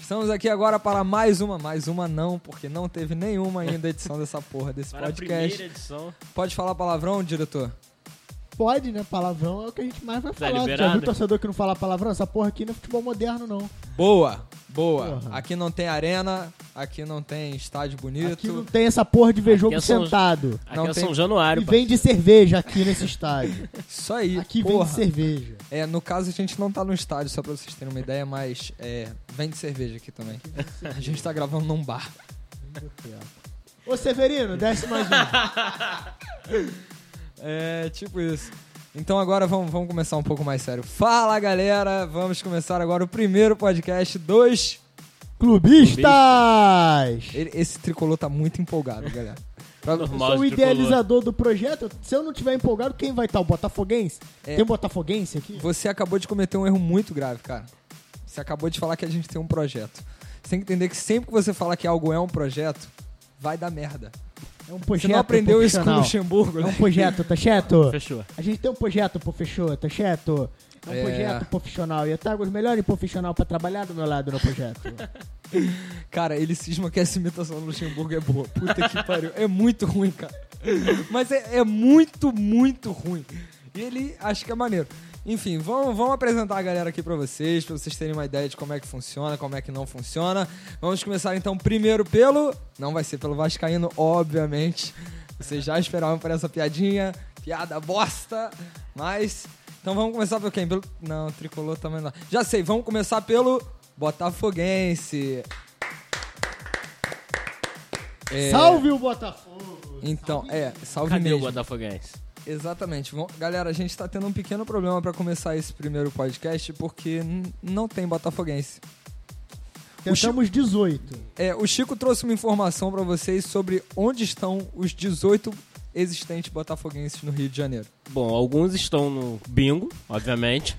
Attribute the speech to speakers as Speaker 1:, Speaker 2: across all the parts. Speaker 1: Estamos aqui agora para mais uma, mais uma não, porque não teve nenhuma ainda edição dessa porra desse
Speaker 2: Para a primeira
Speaker 1: podcast.
Speaker 2: edição.
Speaker 1: Pode falar palavrão, diretor?
Speaker 3: Pode, né? Palavrão é o que a gente mais vai falar. Tu Já
Speaker 2: liberado?
Speaker 3: viu torcedor que não fala palavrão? Essa porra aqui não é futebol moderno, não.
Speaker 1: Boa, boa.
Speaker 3: Porra.
Speaker 1: Aqui não tem arena, aqui não tem estádio bonito.
Speaker 3: Aqui não tem essa porra de ver jogo
Speaker 2: é São-
Speaker 3: sentado.
Speaker 2: Aqui
Speaker 1: Não
Speaker 2: é
Speaker 1: tem-
Speaker 2: São Januário.
Speaker 3: E vende cerveja aqui nesse estádio.
Speaker 1: Isso aí,
Speaker 3: Aqui
Speaker 1: porra.
Speaker 3: vende cerveja.
Speaker 1: É, no caso a gente não tá no estádio, só pra vocês terem uma ideia, mas é, vende cerveja aqui também. A gente tá gravando num bar.
Speaker 3: Ô Severino, desce mais um.
Speaker 1: É, tipo isso. Então agora vamos, vamos começar um pouco mais sério. Fala galera, vamos começar agora o primeiro podcast dos.
Speaker 3: Clubistas!
Speaker 1: Ele- Esse tricolor tá muito empolgado, galera. Pra-
Speaker 2: Normal.
Speaker 3: Sou o
Speaker 2: Tricolor.
Speaker 3: idealizador do projeto. Se eu não tiver empolgado, quem vai estar? O Botafoguense?
Speaker 1: É.
Speaker 3: Tem um Botafoguense aqui?
Speaker 1: Você acabou de cometer um erro muito grave, cara. Você acabou de falar que a gente tem um projeto. Você tem que entender que sempre que você fala que algo é um projeto, vai dar merda.
Speaker 3: É um
Speaker 1: Você
Speaker 3: projeto.
Speaker 1: não aprendeu isso com o
Speaker 3: profissional.
Speaker 1: Luxemburgo,
Speaker 3: É um
Speaker 1: né?
Speaker 3: projeto, tá certo?
Speaker 2: Fechou.
Speaker 3: A gente tem um projeto professor, tá certo? É um
Speaker 1: É.
Speaker 3: projeto profissional. E eu trago os melhores profissionais pra trabalhar do meu lado no projeto.
Speaker 1: Cara, ele cisma que essa imitação do Luxemburgo é boa. Puta que pariu. É muito ruim, cara. Mas é, é muito, muito ruim. E ele acha que é maneiro. Enfim, vamos, vamos apresentar a galera aqui pra vocês, pra vocês terem uma ideia de como é que funciona, como é que não funciona. Vamos começar então primeiro pelo. Não vai ser pelo Vascaíno, obviamente. Vocês já esperavam por essa piadinha. Piada bosta. Mas. Então vamos começar pelo quem? Pelo... Não, tricolor também não. Já sei, vamos começar pelo Botafoguense. É,
Speaker 3: Salve o Botafogo!
Speaker 1: Então, é, salve
Speaker 2: Cadê o
Speaker 1: mesmo.
Speaker 2: Botafoguense?
Speaker 1: Exatamente. Vamo- Galera, a gente tá tendo um pequeno problema pra começar esse primeiro podcast porque n- não tem botafoguense. O Chico,
Speaker 3: Tentamos 18.
Speaker 1: é, o Chico trouxe uma informação pra vocês sobre onde estão os 18 existentes botafoguenses no Rio de Janeiro.
Speaker 2: Bom, alguns estão no bingo, obviamente.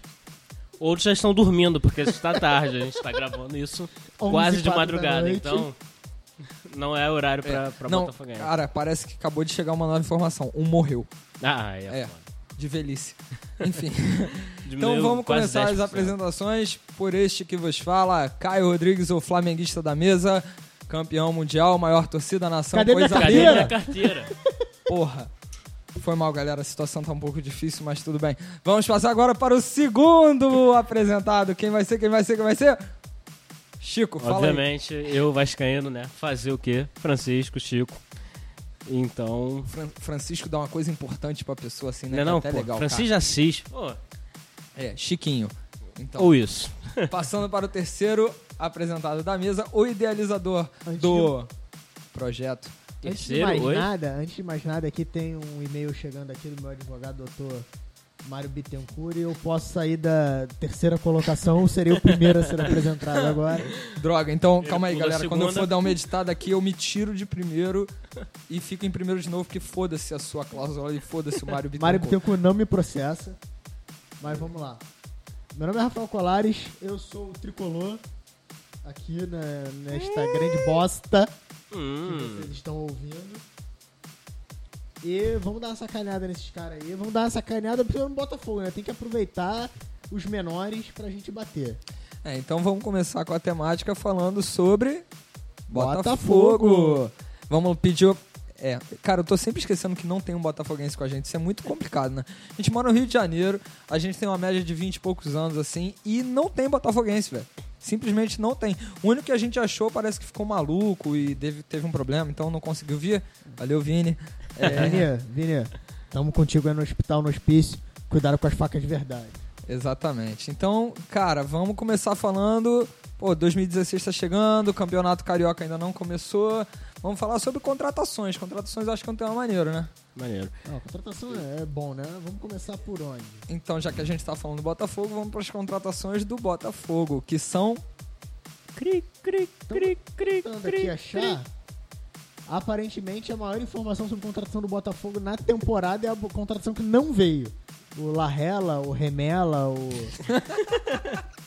Speaker 2: Outros já estão dormindo, porque isso tá tarde. A gente tá gravando isso
Speaker 3: 11
Speaker 2: quase de
Speaker 3: e quatro da
Speaker 2: madrugada.
Speaker 3: noite.
Speaker 2: Então, não é horário pra, pra
Speaker 1: não,
Speaker 2: Botafoguense.
Speaker 1: cara, parece que acabou de chegar uma nova informação. Um morreu
Speaker 2: Ah, é.
Speaker 1: é.
Speaker 2: foda.
Speaker 1: de velhice. Enfim. Então
Speaker 2: Diminuiu
Speaker 1: vamos
Speaker 2: quase
Speaker 1: começar as
Speaker 2: 10%.
Speaker 1: apresentações por este que vos fala, Caio Rodrigues, o flamenguista da mesa, campeão mundial, maior torcida da nação,
Speaker 3: Cadê minha
Speaker 1: coisa
Speaker 2: Cadê
Speaker 1: linda.
Speaker 2: minha carteira?
Speaker 1: Porra. Foi mal, galera. A situação tá um pouco difícil, mas tudo bem. Vamos passar agora para o segundo apresentado. Quem vai ser? Quem vai ser? Quem vai ser? Chico, fala aí.
Speaker 2: Obviamente, eu vascaíno, né? Fazer o quê? Francisco, Chico. Então,
Speaker 1: Fran- Francisco dá uma coisa importante pra pessoa, assim, né? que
Speaker 2: Não, não,
Speaker 1: é até
Speaker 2: pô.
Speaker 1: legal, cara.
Speaker 2: Francisco Assis. Pô,
Speaker 1: É, Chiquinho. Então,
Speaker 2: ou isso.
Speaker 1: passando para o terceiro apresentado da mesa, o idealizador
Speaker 3: Antes
Speaker 1: do projeto.
Speaker 3: Antes de
Speaker 2: Terceiro,
Speaker 3: mais
Speaker 2: oi?
Speaker 3: nada, antes de mais nada, aqui tem um e-mail chegando aqui do meu advogado, doutor Mário Bittencourt, e eu posso sair da terceira colocação, ou seria o primeiro a ser apresentado agora.
Speaker 1: Droga, então calma aí,
Speaker 2: pula a
Speaker 1: galera. Quando eu
Speaker 2: segunda.
Speaker 1: for dar uma editada aqui, eu me tiro de primeiro e fico em primeiro de novo, porque foda-se a sua cláusula e foda-se o Mário
Speaker 3: Mário
Speaker 1: Bittencourt.
Speaker 3: Bittencourt não me processa, mas vamos lá. Meu nome é Rafael Colares, eu sou o tricolor aqui na- nesta grande bosta que
Speaker 2: Hum.
Speaker 3: vocês estão ouvindo. E vamos dar uma sacaneada nesses caras aí. Vamos dar uma sacaneada porque no Botafogo, né? Tem que aproveitar os menores pra gente bater.
Speaker 1: É, então vamos começar com a temática falando sobre Botafogo.
Speaker 3: Botafogo.
Speaker 1: Vamos pedir. o- É, cara, eu tô sempre esquecendo que não tem um botafoguense com a gente. Isso é muito complicado, né? A gente mora no Rio de Janeiro, a gente tem uma média de 20 e poucos anos, assim, e não tem botafoguense, velho. Simplesmente não tem. O único que a gente achou parece que ficou maluco e deve- teve um problema, então não conseguiu vir. Valeu, Vini. É,
Speaker 3: Vini, Vini, tamo contigo aí no hospital, no hospício. Cuidado com as facas de verdade.
Speaker 1: Exatamente. Então, cara, vamos começar falando. Pô, 2016 tá chegando, o campeonato carioca ainda não começou. Vamos falar sobre contratações. Contratações eu acho que é um tema maneiro, né?
Speaker 2: Maneiro.
Speaker 3: Não, a contratação é bom, né? Vamos começar por onde?
Speaker 1: Então, já que a gente tá falando do Botafogo, vamos pras contratações do Botafogo, que são.
Speaker 2: Cri, cri, cri, cri,
Speaker 3: Tentando aqui achar. Aparentemente, a maior informação sobre contratação do Botafogo na temporada é a bo- contratação que não veio. O Larrela, o Remela, o.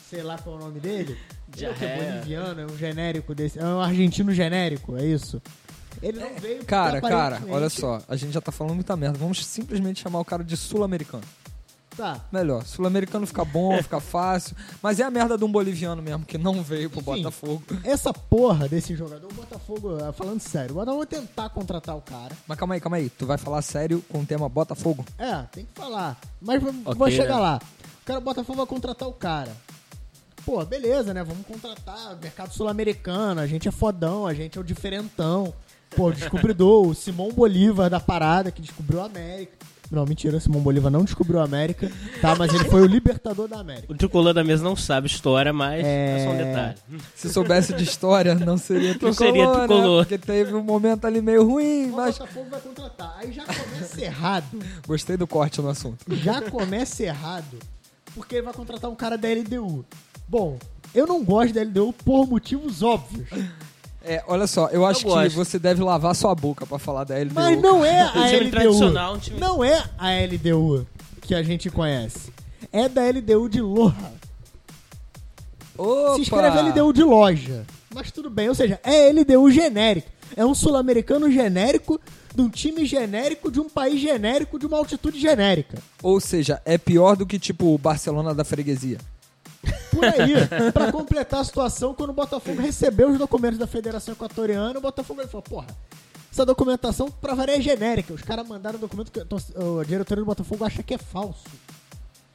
Speaker 3: sei lá qual é o nome dele. Ele que é
Speaker 2: Diarreia.
Speaker 3: boliviano, é um genérico desse. É um argentino genérico, é isso? Ele não veio porque,
Speaker 1: É, Cara, cara,
Speaker 3: aparentemente,
Speaker 1: olha só, a gente já tá falando muita merda. Vamos simplesmente chamar o cara de sul-americano.
Speaker 3: Tá.
Speaker 1: Melhor. Se o Sul-Americano fica
Speaker 2: É.
Speaker 1: bom, fica fácil. Mas é a merda de um boliviano mesmo, que não veio pro
Speaker 3: Enfim.
Speaker 1: Botafogo.
Speaker 3: Essa porra desse jogador, o Botafogo, ah, falando sério, o Botafogo tentar contratar o cara.
Speaker 1: Mas calma aí, calma aí. Tu vai falar sério com o tema Botafogo?
Speaker 3: É, tem que falar. Mas vamos vou
Speaker 2: Ok,
Speaker 3: chegar
Speaker 2: né?
Speaker 3: lá. O cara o Botafogo vai contratar o cara. Pô, beleza, né? Vamos contratar mercado sul-americano, a gente é fodão, a gente é o diferentão. Pô, o descobridor, o Simão Bolívar da parada que descobriu a América. Não, mentira, o Simão Bolívar não descobriu a América, tá? Mas ele foi o libertador da América.
Speaker 2: O tricolor da mesa não sabe história, mas é, só um
Speaker 3: É.
Speaker 2: detalhe.
Speaker 1: Se soubesse de história, não seria tricolor,
Speaker 2: Não seria
Speaker 1: né?
Speaker 2: tricolor.
Speaker 1: Porque teve um momento ali meio ruim,
Speaker 3: O
Speaker 1: mas...
Speaker 3: Botafogo vai contratar. Aí já começa errado.
Speaker 1: Gostei do corte no assunto.
Speaker 3: já começa errado, porque ele vai contratar um cara da LDU. Bom, eu não gosto da LDU por motivos óbvios.
Speaker 1: É, olha só, eu acho que
Speaker 2: gosto.
Speaker 1: você deve lavar sua boca pra falar da LDU.
Speaker 3: Mas não é a
Speaker 2: Um time tradicional, um
Speaker 3: LDU.
Speaker 2: time-
Speaker 3: Não é a LDU que a gente conhece. É da LDU de Loja.
Speaker 1: Opa!
Speaker 3: Se escreve LDU de loja. Mas tudo bem, ou seja, é LDU genérico. É um sul-americano genérico de um time genérico, de um país genérico, de uma altitude genérica.
Speaker 1: Ou seja, é pior do que tipo o Barcelona da freguesia.
Speaker 3: por aí, pra completar a situação, quando o Botafogo recebeu os documentos da Federação Equatoriana, o Botafogo ele falou, porra, essa documentação pra variar é genérica. Os caras mandaram um documento que a tor- a diretoria do Botafogo acha que é falso.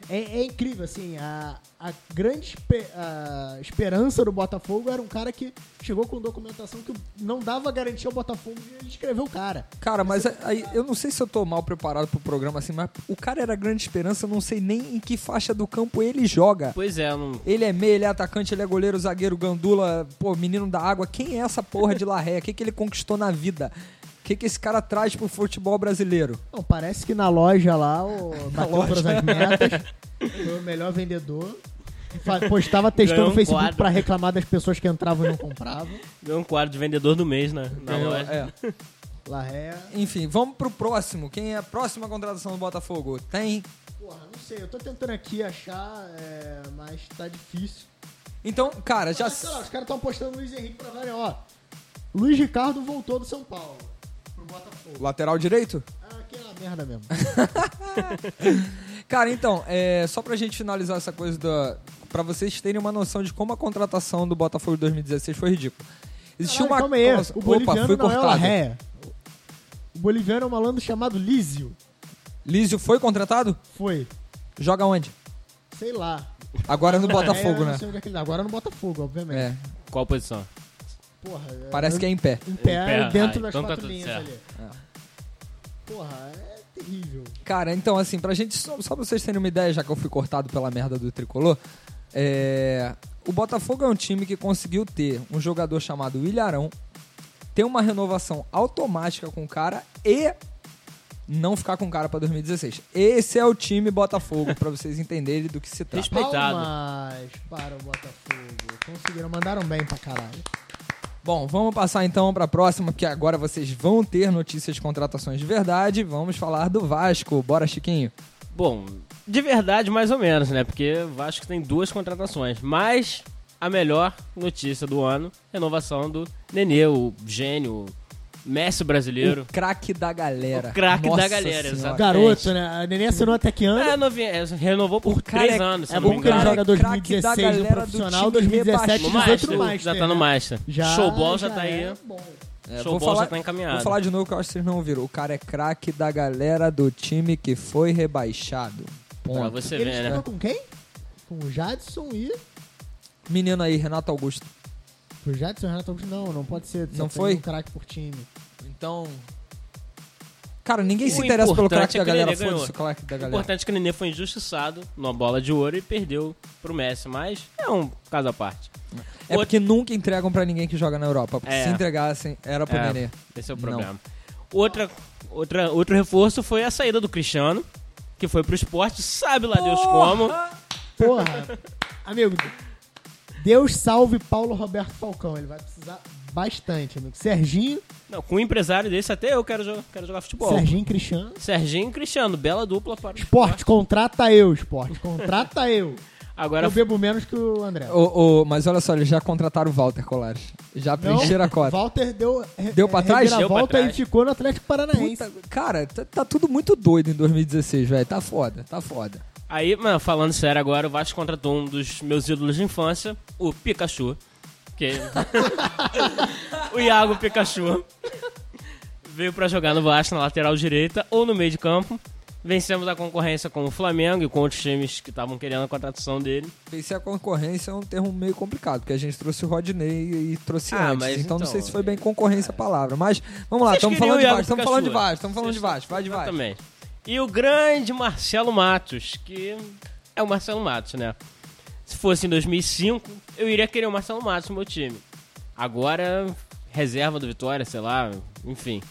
Speaker 3: É, é incrível, assim, a, a grande espe- a esperança do Botafogo era um cara que chegou com documentação que não dava garantia ao Botafogo de ele escrever o cara.
Speaker 1: Cara, mas aí eu não sei se eu tô mal preparado pro programa assim, mas o cara era grande esperança, eu não sei nem em que faixa do campo ele joga.
Speaker 2: Pois é, não...
Speaker 1: Ele é meia, ele é atacante, ele é goleiro, zagueiro, gandula, pô, menino da água. Quem é essa porra de Larré? O que, que ele conquistou na vida? O que, que esse cara traz pro futebol brasileiro?
Speaker 3: Não, parece que na loja lá, o bateu
Speaker 1: loja.
Speaker 3: todas as metas, foi o melhor vendedor. Fa- Postava textão
Speaker 2: Ganhou
Speaker 3: no
Speaker 2: um
Speaker 3: Facebook
Speaker 2: quadro.
Speaker 3: pra reclamar das pessoas que entravam e não compravam.
Speaker 2: ganhou um quadro de vendedor do mês na, na
Speaker 1: Ganhou,
Speaker 2: loja.
Speaker 1: é.
Speaker 3: Lá é.
Speaker 1: Enfim, vamos pro próximo. Quem é a próxima contratação do Botafogo? Tem.
Speaker 3: Porra, não sei, eu tô tentando aqui achar, é, mas tá difícil.
Speaker 1: Então, cara, já.
Speaker 3: Mas, sei lá, os caras estão apostando no Luiz Henrique pra variar, ó. Luiz Ricardo voltou do São Paulo pro Botafogo.
Speaker 1: Lateral direito?
Speaker 3: Ah, que é uma merda mesmo.
Speaker 1: Cara, então, é, só pra gente finalizar essa coisa da. Pra vocês terem uma noção de como a contratação do Botafogo 2016 foi ridícula. Existiu
Speaker 3: Caralho,
Speaker 1: uma.
Speaker 3: calma aí,
Speaker 1: cláusula-
Speaker 3: o boliviano
Speaker 1: Opa, fui
Speaker 3: não é o
Speaker 1: cortado.
Speaker 3: Larrea. O boliviano é um malandro chamado Lísio.
Speaker 1: Lísio foi contratado?
Speaker 3: Foi,
Speaker 1: Joga onde?
Speaker 3: sei lá,
Speaker 1: Agora no
Speaker 3: É, eu
Speaker 1: Botafogo,
Speaker 3: não
Speaker 1: né?
Speaker 3: sei onde é que ele tá. Agora no Botafogo, obviamente.
Speaker 1: É,
Speaker 2: Qual posição?
Speaker 3: Porra, é-
Speaker 1: parece que é em pé.
Speaker 3: Em pé,
Speaker 2: Em pé,
Speaker 3: dentro
Speaker 2: ah,
Speaker 3: das
Speaker 2: então tá
Speaker 3: quatro
Speaker 2: tudo
Speaker 3: linhas
Speaker 2: certo.
Speaker 3: ali. Porra, é terrível.
Speaker 1: Cara, então assim, pra gente, só, só pra vocês terem uma ideia, já que eu fui cortado pela merda do tricolor, é, o Botafogo é um time que conseguiu ter um jogador chamado Ilharão, ter uma renovação automática com o cara e não ficar com o cara pra 2016. Esse é o time Botafogo, pra vocês entenderem do que se trata.
Speaker 2: Respeitado.
Speaker 3: Palmas para o Botafogo. Conseguiram, mandaram bem pra caralho.
Speaker 1: Bom, vamos passar então pra próxima, porque agora vocês vão ter notícias de contratações de verdade. Vamos falar do Vasco. Bora, Chiquinho.
Speaker 2: Bom, de verdade, mais ou menos, né? Porque o Vasco tem duas contratações. Mas a melhor notícia do ano, renovação do Nenê, o gênio, o Messi brasileiro.
Speaker 1: O craque da galera.
Speaker 2: O craque da
Speaker 1: Nossa
Speaker 2: galera,
Speaker 1: Senhora.
Speaker 2: exato.
Speaker 3: Garoto, né? A Nenê assinou até que ano?
Speaker 2: É, novinha, é, renovou por
Speaker 1: cara
Speaker 2: três
Speaker 1: é-
Speaker 2: anos, se
Speaker 1: é
Speaker 2: eu não
Speaker 1: bom
Speaker 2: me
Speaker 1: que ele
Speaker 2: engano.
Speaker 1: joga craque da
Speaker 3: 2016 no
Speaker 1: galera do
Speaker 3: um profissional,
Speaker 1: time
Speaker 3: 2017
Speaker 1: rebaixado.
Speaker 2: No
Speaker 3: 18
Speaker 2: Master,
Speaker 3: no Master.
Speaker 2: já tá no
Speaker 3: né?
Speaker 2: Master.
Speaker 3: Já,
Speaker 2: Showball já tá aí.
Speaker 3: é bom.
Speaker 1: É,
Speaker 2: Showball
Speaker 1: vou falar-
Speaker 2: já tá encaminhado.
Speaker 1: Vou falar de novo que eu acho que vocês não ouviram. O cara é craque da galera do time que foi rebaixado.
Speaker 2: pra
Speaker 1: Ponto.
Speaker 2: você
Speaker 3: ele
Speaker 2: ver,
Speaker 3: estreou
Speaker 2: né?
Speaker 3: com quem? Com o Jadson e...
Speaker 1: Menino aí, Renato Augusto.
Speaker 3: O Jadson e o Renato Augusto, não, não pode ser. só
Speaker 1: Não
Speaker 3: tem
Speaker 1: foi?
Speaker 3: Um craque por time.
Speaker 1: Então. Cara, ninguém se
Speaker 2: O
Speaker 1: interessa pelo
Speaker 2: importante
Speaker 1: craque
Speaker 2: é
Speaker 1: da
Speaker 2: que ele
Speaker 1: galera.
Speaker 2: ganhou.
Speaker 1: Foda-se o craque da
Speaker 2: O
Speaker 1: galera.
Speaker 2: importante é que o Nenê foi injustiçado numa bola de ouro e perdeu pro Messi, mas é um caso à parte.
Speaker 1: É porque nunca entregam pra ninguém que joga na Europa. Porque
Speaker 2: É.
Speaker 1: se entregassem, era pro
Speaker 2: É,
Speaker 1: Nenê.
Speaker 2: Esse é o
Speaker 1: Não.
Speaker 2: problema. Outra, outra, outro reforço foi a saída do Cristiano, que foi pro esporte, sabe lá Deus como.
Speaker 3: Porra, amigo, Deus salve Paulo Roberto Falcão. Ele vai precisar bastante, amigo. Serginho,
Speaker 2: Não, com um empresário desse até eu quero, jo- quero jogar futebol.
Speaker 3: Serginho Cristiano.
Speaker 2: Serginho e Cristiano, bela dupla para o
Speaker 3: Esporte, contrata eu, esporte. Contrata eu.
Speaker 2: Agora
Speaker 3: Eu bebo menos que o André.
Speaker 1: Ô, ô, mas olha só, eles já contrataram o Walter Colares. Já
Speaker 3: Não,
Speaker 1: preencheram a cota.
Speaker 3: Walter deu, re-
Speaker 1: Deu pra
Speaker 3: re-
Speaker 1: trás?
Speaker 3: reviravolta
Speaker 2: Deu pra trás.
Speaker 3: e ficou é no Atlético Paranaense.
Speaker 1: Puta, cara, tá, tá tudo muito doido em 2016, velho. Tá foda, tá foda.
Speaker 2: Aí, mano, falando sério agora, o Vasco contratou um dos meus ídolos de infância, o Pikachu. Que... o Iago Pikachu. Veio pra jogar no Vasco na lateral direita ou no meio de campo. Vencemos a concorrência com o Flamengo e com outros times que estavam querendo a contratação dele.
Speaker 1: Vencer a concorrência é um termo meio complicado, porque a gente trouxe o Rodney e trouxe
Speaker 2: Ah,
Speaker 1: antes.
Speaker 2: mas
Speaker 1: então, não
Speaker 2: então, é.
Speaker 1: sei se foi bem concorrência a palavra. Mas vamos lá,
Speaker 2: Vocês
Speaker 1: estamos Ah, falando
Speaker 2: queriam o
Speaker 1: de
Speaker 2: Iago
Speaker 1: baixo, estamos falando de
Speaker 2: Pikachu.
Speaker 1: baixo, estamos falando de baixo, vai de baixo.
Speaker 2: Exatamente. E o grande Marcelo Matos, que é o Marcelo Matos, né? Se fosse em 2005, eu iria querer o Marcelo Matos no meu time. Agora, reserva do Vitória, sei lá, enfim.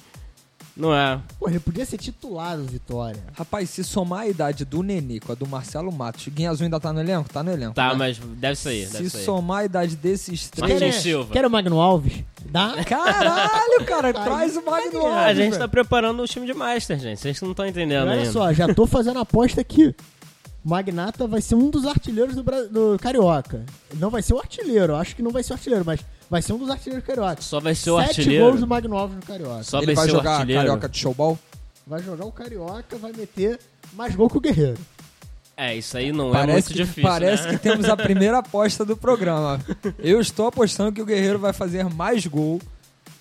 Speaker 2: Não é.
Speaker 3: Pô, ele podia ser titular do Vitória.
Speaker 1: Rapaz, se somar a idade do Nenê com a do Marcelo Matos, Guinha Azul ainda tá no elenco? Tá no elenco.
Speaker 2: Tá,
Speaker 1: né?
Speaker 2: mas deve sair, deve
Speaker 1: Se
Speaker 2: sair.
Speaker 1: somar a idade desses três.
Speaker 2: Marquinhos
Speaker 3: Quer-
Speaker 2: Silva.
Speaker 3: Quer o Magno Alves? Dá?
Speaker 1: Caralho, cara, traz o Magno Alves.
Speaker 2: Ah, Tá a gente tá
Speaker 1: velho.
Speaker 2: preparando o time de Master, gente. Vocês não estão entendendo
Speaker 3: Olha
Speaker 2: ainda.
Speaker 3: só, já tô fazendo a aposta aqui. O Magnata vai ser um dos artilheiros do, Bra- do Carioca. Não vai ser o artilheiro, eu acho que não vai ser o artilheiro, mas vai ser um dos artilheiros do Carioca.
Speaker 2: Só vai ser o
Speaker 3: Sete
Speaker 2: artilheiro.
Speaker 3: gols do Magno Alves no Carioca.
Speaker 2: Só
Speaker 1: Ele vai
Speaker 2: ser o
Speaker 1: jogar
Speaker 2: artilheiro.
Speaker 1: carioca de showball?
Speaker 3: Vai jogar o Carioca, vai meter mais gol que o Guerreiro.
Speaker 2: É, isso aí não é
Speaker 1: Parece,
Speaker 2: muito
Speaker 1: que,
Speaker 2: difícil.
Speaker 1: parece
Speaker 2: né?
Speaker 1: que temos a primeira aposta do programa. Eu estou apostando que o Guerreiro vai fazer mais gol.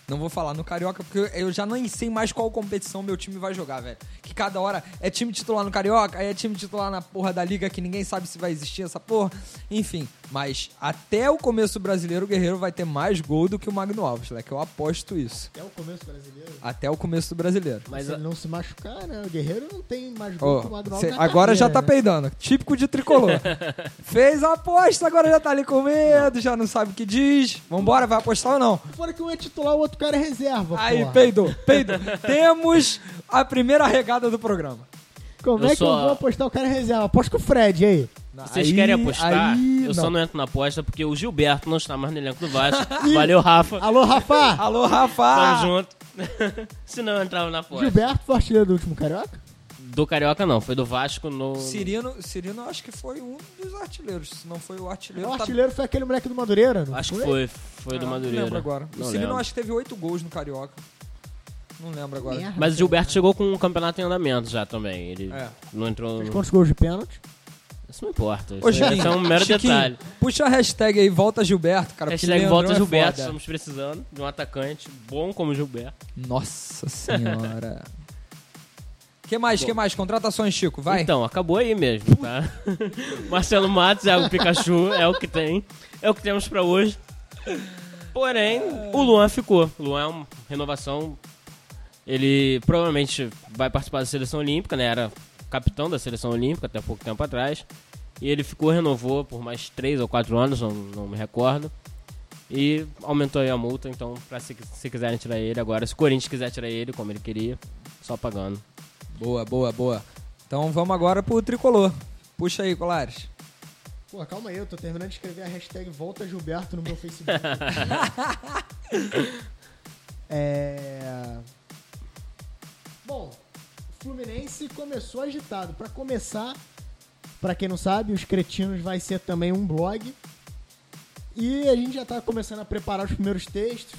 Speaker 1: Não vou falar no Carioca, porque eu já nem sei mais qual competição meu time vai jogar, velho. Que cada hora é time titular no Carioca, aí é time titular na porra da Liga, que ninguém sabe se vai existir essa porra. Enfim, mas até o começo do brasileiro, o Guerreiro vai ter mais gol do que o Magno Alves, moleque. Eu aposto isso.
Speaker 3: É o começo brasileiro.
Speaker 1: Até o começo do brasileiro.
Speaker 2: Mas
Speaker 3: se
Speaker 2: a-
Speaker 3: ele não se machucar, né? O Guerreiro não tem mais gol
Speaker 1: Ó,
Speaker 3: que o Magno
Speaker 1: cê-
Speaker 3: Alves. na
Speaker 1: agora já tá
Speaker 3: carreira,
Speaker 1: peidando. Típico de tricolor. Fez a aposta, agora já tá ali com medo, já não sabe o que diz. Vambora, vai apostar ou não?
Speaker 3: né? Fora que um é titular, o outro cara é reserva.
Speaker 1: Aí,
Speaker 3: porra.
Speaker 1: peidou, peidou. Temos a primeira regada do programa.
Speaker 3: Como
Speaker 2: Eu
Speaker 3: é que
Speaker 2: só-
Speaker 3: eu vou apostar o cara é reserva? Aposto com o Fred e aí.
Speaker 2: Vocês
Speaker 1: Aí-
Speaker 2: querem apostar?
Speaker 1: aí
Speaker 2: eu só não entro na aposta porque o Gilberto não está mais no elenco do Vasco. Valeu, Rafa.
Speaker 3: Alô, Rafa!
Speaker 1: Alô, Rafa!
Speaker 2: Tamo junto. Se não, eu entrava na aposta.
Speaker 3: Gilberto foi artilheiro do último Carioca?
Speaker 2: Do Carioca, não. Foi do Vasco no...
Speaker 1: Cirino, Cirino, eu acho que foi um dos artilheiros. Se não foi o artilheiro,
Speaker 3: O
Speaker 1: tá-
Speaker 3: artilheiro foi aquele moleque do Madureira, não
Speaker 2: Acho que foi. Foi do
Speaker 1: Ah,
Speaker 2: Madureira.
Speaker 1: Não lembro agora.
Speaker 2: Não
Speaker 1: o Cirino,
Speaker 2: lembro.
Speaker 1: acho que teve oito gols no Carioca. Não lembro agora.
Speaker 3: Merda.
Speaker 2: Mas o Gilberto chegou com um campeonato em andamento já também. Ele
Speaker 1: É.
Speaker 2: não entrou... no-
Speaker 3: Quantos gols de pênalti?
Speaker 2: Isso não importa. Isso,
Speaker 1: Ô,
Speaker 2: é- isso é um mero
Speaker 1: Chiquinho,
Speaker 2: detalhe.
Speaker 1: Puxa a hashtag aí, volta Gilberto, cara. porque
Speaker 2: Hashtag
Speaker 1: Leandrão
Speaker 2: volta
Speaker 1: é
Speaker 2: Gilberto.
Speaker 1: foda.
Speaker 2: Estamos precisando de um atacante bom como o Gilberto.
Speaker 1: Nossa senhora. que mais, que mais? Contratações, Chico, vai.
Speaker 2: Então, acabou aí mesmo, tá? Marcelo Matos, Iago Pikachu, é o que tem. É o que temos pra hoje. Porém, o Luan ficou. O Luan é uma renovação. Ele provavelmente vai participar da seleção olímpica, né? Era capitão da seleção olímpica até pouco tempo atrás. E ele ficou, renovou por mais três ou quatro anos, não, não me recordo. E aumentou aí a multa, então, pra se, se quiserem tirar ele agora, se o Corinthians quiser tirar ele, como ele queria, só pagando.
Speaker 1: Boa, boa, boa. Então vamos agora pro tricolor. Puxa aí, Colares.
Speaker 3: Pô, calma aí, eu tô terminando de escrever a hashtag Volta Gilberto no meu Facebook. é... Bom, o Fluminense começou agitado. Pra começar, pra quem não sabe, os Cretinos vai ser também um blog. E a gente já tá começando a preparar os primeiros textos,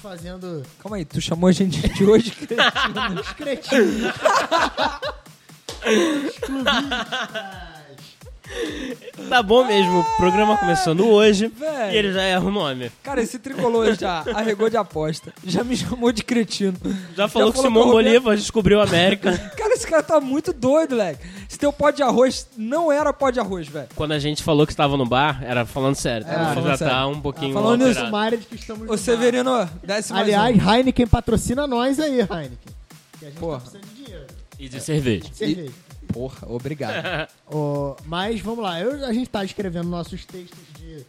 Speaker 3: fazendo
Speaker 1: Calma aí, tu chamou a gente de hoje? que-
Speaker 3: os cretinos. os clubistas.
Speaker 2: Tá bom mesmo, o programa começando hoje
Speaker 1: Véi.
Speaker 2: e ele já erra o nome.
Speaker 1: Cara, esse tricolor já arregou de aposta. Já me chamou de cretino.
Speaker 2: Já falou que
Speaker 1: falou né?
Speaker 2: Simão
Speaker 1: com o Roberto-
Speaker 2: Bolívar descobriu a América.
Speaker 1: Cara, esse cara tá muito doido, moleque. Esse teu pó de arroz não era pó de arroz, velho.
Speaker 2: Quando a gente falou que estava no bar, era falando sério.
Speaker 1: Era
Speaker 2: Então
Speaker 1: falando
Speaker 2: já tá
Speaker 1: sério.
Speaker 2: um pouquinho
Speaker 1: Falando nisso,
Speaker 2: alterado.
Speaker 3: Uma área de que estamos
Speaker 1: Ô,
Speaker 3: no
Speaker 1: Severino, desce mais
Speaker 3: Aliás,
Speaker 1: um.
Speaker 3: Heineken patrocina nós aí, Heineken. Que a gente
Speaker 1: Porra.
Speaker 3: tá precisando de dinheiro.
Speaker 2: E de cerveja.
Speaker 3: Cerveja.
Speaker 1: um. Porra, obrigado.
Speaker 3: Ô, mas vamos lá, eu- a gente tá escrevendo nossos textos de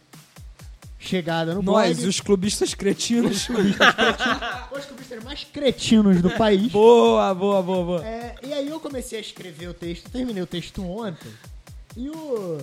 Speaker 3: chegada no
Speaker 1: Nós,
Speaker 3: blog.
Speaker 1: os clubistas cretinos.
Speaker 3: Os clubistas mais cretinos do país.
Speaker 1: boa, boa, boa, boa.
Speaker 3: É, e aí eu comecei a escrever o texto, terminei o texto ontem. E o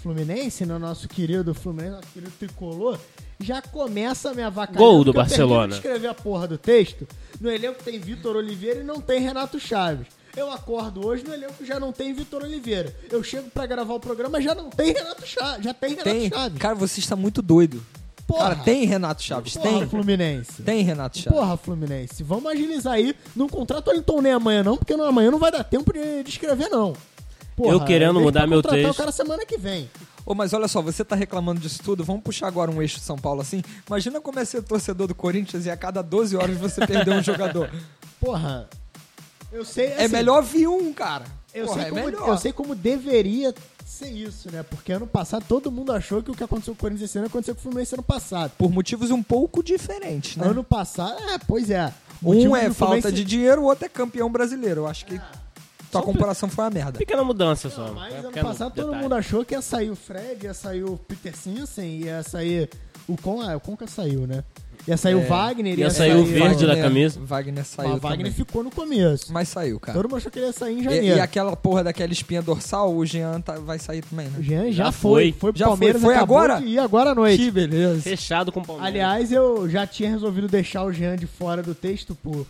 Speaker 3: Fluminense, né, nosso querido Fluminense, nosso querido tricolor, já começa a me avacalhar.
Speaker 2: Gol do
Speaker 3: porque eu termino
Speaker 2: Barcelona.
Speaker 3: de escrever a porra do texto. No elenco tem Vitor Oliveira e não tem Renato Chaves. Eu acordo hoje no elenco já não tem Vitor Oliveira. Eu chego pra gravar o programa já não tem Renato Chaves. Já tem Renato
Speaker 1: Tem.
Speaker 3: Chaves.
Speaker 1: Cara, você está muito doido.
Speaker 3: Porra.
Speaker 1: Cara, tem Renato Chaves,
Speaker 3: Porra,
Speaker 1: tem.
Speaker 3: Fluminense.
Speaker 1: Tem Renato Chaves.
Speaker 3: Porra, Fluminense, vamos agilizar aí. Não contrata o Ayrton Ney amanhã, não, porque não- amanhã não vai dar tempo de, de escrever, não. Porra,
Speaker 2: Eu querendo
Speaker 3: tem que
Speaker 2: mudar meu
Speaker 3: contratar
Speaker 2: texto.
Speaker 3: o cara semana que vem.
Speaker 1: Ô, mas olha só, você tá reclamando disso tudo, vamos puxar agora um eixo de São Paulo assim? Imagina como é ser torcedor do Corinthians e a cada 12 horas você perder um jogador.
Speaker 3: Porra, eu sei...
Speaker 1: É
Speaker 3: assim,
Speaker 1: melhor vir um, cara.
Speaker 3: Eu,
Speaker 1: Porra,
Speaker 3: sei
Speaker 1: é
Speaker 3: como,
Speaker 1: melhor.
Speaker 3: eu sei como deveria ser isso, né? Porque ano passado todo mundo achou que o que aconteceu com o Corinthians esse ano aconteceu com o Fluminense ano passado.
Speaker 1: Por motivos um pouco diferentes, né?
Speaker 3: Ano passado, é, pois é. O time
Speaker 1: Um
Speaker 3: do
Speaker 1: é falta
Speaker 3: Fluminense-
Speaker 1: de dinheiro, o outro é campeão brasileiro. Eu acho
Speaker 3: É.
Speaker 1: que
Speaker 3: um
Speaker 1: tua comparação foi uma merda.
Speaker 2: Pequena mudança só.
Speaker 3: Mas
Speaker 2: né?
Speaker 3: ano
Speaker 2: Pequeno
Speaker 3: passado todo
Speaker 2: detalhe.
Speaker 3: mundo achou que ia sair o Fred, ia sair o Peter Sinsen, ia sair o Con... Ah, o Conca saiu, né? Ia sair
Speaker 1: É,
Speaker 3: o Wagner,
Speaker 2: Ia sair o verde da
Speaker 1: Wagner-
Speaker 2: camisa.
Speaker 1: Wagner saiu
Speaker 3: Mas o Wagner
Speaker 1: também.
Speaker 3: ficou no começo.
Speaker 1: Mas saiu, cara.
Speaker 3: Todo mundo achou que ele ia sair em
Speaker 1: E,
Speaker 3: janeiro.
Speaker 1: e aquela porra daquela espinha dorsal, o Jean tá- vai sair também,
Speaker 3: O
Speaker 1: né?
Speaker 3: Jean já,
Speaker 2: Já
Speaker 3: foi.
Speaker 2: foi.
Speaker 3: Foi pro
Speaker 1: Já foi.
Speaker 3: Palmeiras,
Speaker 1: Foi
Speaker 3: acabou
Speaker 1: agora?
Speaker 3: de ir agora à noite.
Speaker 1: Que beleza.
Speaker 2: Fechado com o Palmeiras.
Speaker 3: Aliás, eu já tinha resolvido deixar o Jean de fora do texto por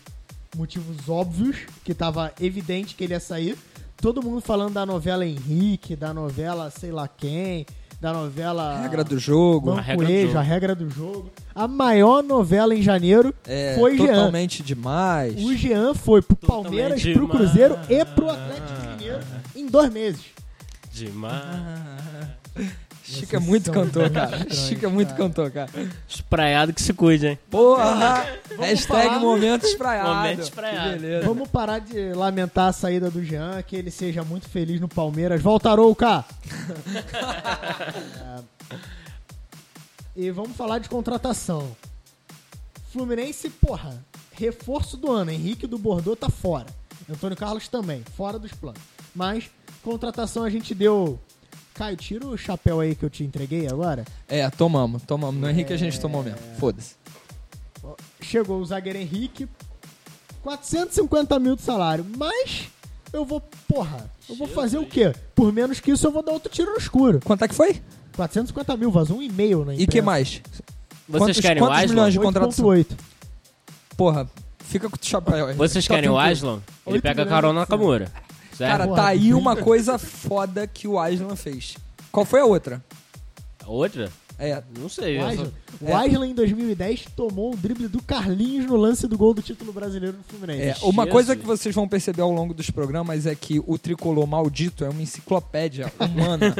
Speaker 3: motivos óbvios, que tava evidente que ele ia sair. Todo mundo falando da novela Henrique, da novela sei lá quem, da novela...
Speaker 1: Regra do jogo.
Speaker 3: Banco
Speaker 2: A regra do
Speaker 3: Ejo,
Speaker 2: jogo.
Speaker 3: a regra do jogo. A maior novela em janeiro
Speaker 1: É,
Speaker 3: foi Jean.
Speaker 1: totalmente demais.
Speaker 3: O Jean foi pro Palmeiras, pro
Speaker 2: demais.
Speaker 3: Cruzeiro e pro Atlético Mineiro em dois meses.
Speaker 2: Demais.
Speaker 1: Chico é muito
Speaker 3: são
Speaker 1: cantor,
Speaker 3: muito
Speaker 1: cara.
Speaker 3: estranhos,
Speaker 1: Chico é muito cantor, cara.
Speaker 2: Espraiado que se cuide, hein?
Speaker 1: Porra! Hashtag
Speaker 3: falar-
Speaker 1: momento espraiado.
Speaker 2: Momento espraiado.
Speaker 1: Que beleza.
Speaker 3: Vamos parar de lamentar a saída do Jean, que ele seja muito feliz no Palmeiras. Voltarou o cá. É, E vamos falar de contratação. Fluminense, porra, reforço do ano. Henrique do Bordeaux tá fora. Antônio Carlos também, fora dos planos. Mas, contratação a gente deu. Caio, tira o chapéu aí que eu te entreguei agora.
Speaker 1: É, tomamos, tomamos. No Henrique a gente tomou mesmo.
Speaker 3: É.
Speaker 1: Foda-se.
Speaker 3: Chegou o zagueiro Henrique, 450 mil de salário, mas eu vou, porra, eu vou fazer o quê? Por menos que isso eu vou dar outro tiro no escuro.
Speaker 1: Quanto é que foi?
Speaker 3: 450 mil, vazou um e-mail na
Speaker 1: E
Speaker 3: imprensa.
Speaker 1: que mais?
Speaker 2: Vocês
Speaker 1: Quantos-
Speaker 2: querem o
Speaker 1: quantos
Speaker 2: Aslan?
Speaker 1: milhões de-
Speaker 3: 8.8.
Speaker 1: Porra, fica com o chapéu aí.
Speaker 2: Vocês querem o
Speaker 1: Tá tranquilo.
Speaker 2: Aslan? Ele
Speaker 3: Oito
Speaker 2: pega
Speaker 3: milhões
Speaker 2: carona
Speaker 3: de
Speaker 2: na Kamura. Certo?
Speaker 1: Cara,
Speaker 3: Porra,
Speaker 1: tá aí
Speaker 3: brinca.
Speaker 1: uma coisa foda que o Aslan fez. Qual foi a outra?
Speaker 2: Outra?
Speaker 1: É,
Speaker 2: Não sei.
Speaker 3: O
Speaker 2: eu
Speaker 3: Aslan,
Speaker 2: só-
Speaker 3: o Aslan, em 2010 tomou o drible do Carlinhos no lance do gol do título brasileiro no Fluminense.
Speaker 1: é, uma coisa
Speaker 2: Jesus.
Speaker 1: que vocês vão perceber ao longo dos programas é que o tricolor maldito é uma enciclopédia humana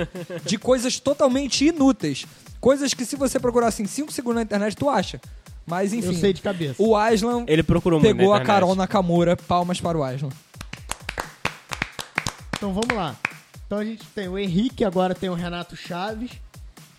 Speaker 1: de coisas totalmente inúteis. Coisas que se você procurasse em 5 segundos na internet, tu acha. Mas enfim.
Speaker 3: eu sei de cabeça.
Speaker 1: O Aslan
Speaker 2: Ele procurou muito
Speaker 1: pegou
Speaker 2: na
Speaker 1: a
Speaker 2: internet.
Speaker 1: Carol Nakamura. Palmas para o Aslan.
Speaker 3: Então vamos lá. Então a gente tem o Henrique, agora tem o Renato Chaves,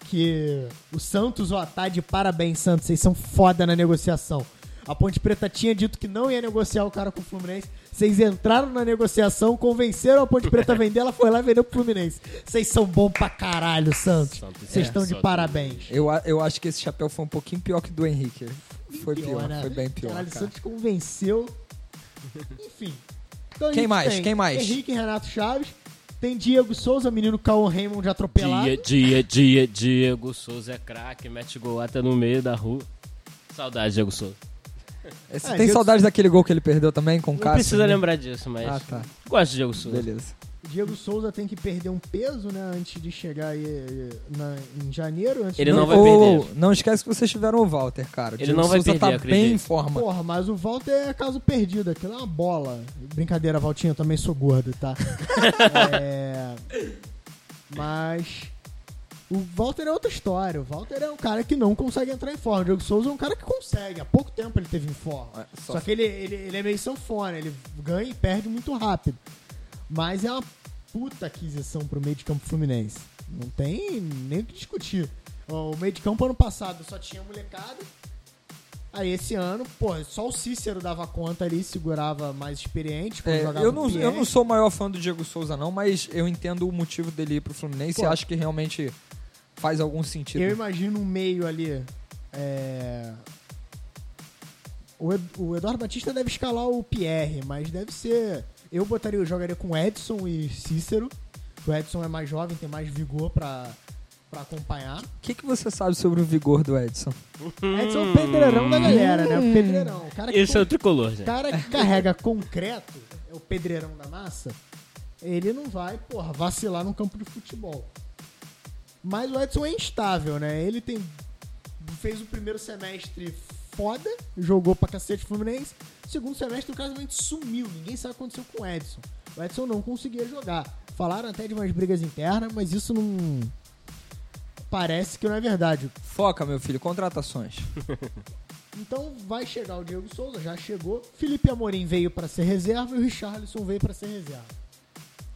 Speaker 3: que o Santos, ó, tá de parabéns, Santos, vocês são foda na negociação. A Ponte Preta tinha dito que não ia negociar o cara com o Fluminense. Vocês entraram na negociação, convenceram a Ponte Preta a vender, ela foi lá e vendeu pro Fluminense. Vocês são bom pra caralho, Santos.
Speaker 2: Santos,
Speaker 3: Vocês
Speaker 2: é,
Speaker 3: estão de
Speaker 2: Santos.
Speaker 3: parabéns.
Speaker 1: Eu, a- eu acho que esse chapéu foi um pouquinho pior que o do Henrique. Foi pior,
Speaker 3: né?
Speaker 1: foi bem pior.
Speaker 3: Caralho, o
Speaker 1: Cara.
Speaker 3: Santos convenceu. Enfim. Então a
Speaker 1: Quem
Speaker 3: gente
Speaker 1: mais?
Speaker 3: tem
Speaker 1: Quem mais?
Speaker 3: Henrique e Renato Chaves. Tem Diego Souza, menino Cauan Raymond atropelado.
Speaker 2: Dia, dia, dia, Diego Souza é craque, mete gol até no meio da rua. Saudade, Diego Souza.
Speaker 1: Você
Speaker 3: Ah,
Speaker 1: tem
Speaker 3: Diego-
Speaker 1: saudade daquele gol que ele perdeu também com o
Speaker 2: Não
Speaker 1: Cássio?
Speaker 2: precisa
Speaker 1: né?
Speaker 2: lembrar disso, mas.
Speaker 1: Ah, tá.
Speaker 2: Gosto de Diego Souza.
Speaker 1: Beleza.
Speaker 3: Diego Souza tem que perder um peso, né? Antes de chegar aí, eh, na- em janeiro. Antes
Speaker 2: Ele
Speaker 3: de...
Speaker 2: não vai
Speaker 1: Ou-
Speaker 2: perder.
Speaker 1: não esquece que vocês tiveram o Walter, cara.
Speaker 2: Ele
Speaker 1: Diego
Speaker 2: não vai
Speaker 1: Souza
Speaker 2: perder,
Speaker 1: tá
Speaker 2: acredito.
Speaker 1: bem em forma.
Speaker 3: Porra, mas o Walter é caso perdido. Aquilo é uma bola. Brincadeira, Valtinho. Eu também sou gordo, tá? é... Mas... O Walter é outra história. O Walter é um cara que não consegue entrar em forma. O Diego Souza é um cara que consegue. Há pouco tempo ele teve em forma.
Speaker 1: É,
Speaker 3: Só,
Speaker 1: só-
Speaker 3: que ele, ele, ele é meio sanfona. Ele ganha e perde muito rápido. Mas é uma puta aquisição pro meio de campo fluminense. Não tem nem o que discutir. O meio de campo ano passado só tinha molecada. Aí esse ano, pô, só o Cícero dava conta ali, segurava mais experiente. quando
Speaker 1: É,
Speaker 3: jogava
Speaker 1: eu, não,
Speaker 3: com o
Speaker 1: eu não
Speaker 3: Bielsa.
Speaker 1: sou o maior fã do Diego Souza, não, mas eu entendo o motivo dele ir pro Fluminense
Speaker 3: Pô.
Speaker 1: e acho que realmente faz algum sentido.
Speaker 3: Eu imagino um meio ali. é, O, Ed- o Eduardo Batista deve escalar o Pierre, mas deve ser. Eu botaria, eu jogaria com Edson e Cícero. O Edson é mais jovem, tem mais vigor pra, pra acompanhar.
Speaker 1: O que, que você sabe sobre o vigor do Edson?
Speaker 3: Edson é o pedreirão da galera, né? O pedreirão. O cara que
Speaker 2: Esse é o tricolor,
Speaker 1: Tá
Speaker 2: gente.
Speaker 3: O cara que carrega concreto, é o pedreirão da massa, ele não vai, porra, vacilar num campo de futebol. Mas o Edson é instável, né? Ele tem fez o primeiro semestre foda, jogou pra cacete Fluminense. Segundo semestre, o cara simplesmente sumiu. Ninguém sabe o que aconteceu com o Edson. O Edson não conseguia jogar. Falaram até de umas brigas internas, mas isso não. Parece que não é verdade.
Speaker 1: Foca, meu filho, contratações.
Speaker 3: Então vai chegar o Diego Souza, já chegou. Felipe Amorim veio pra ser reserva e o Richarlison veio pra ser reserva.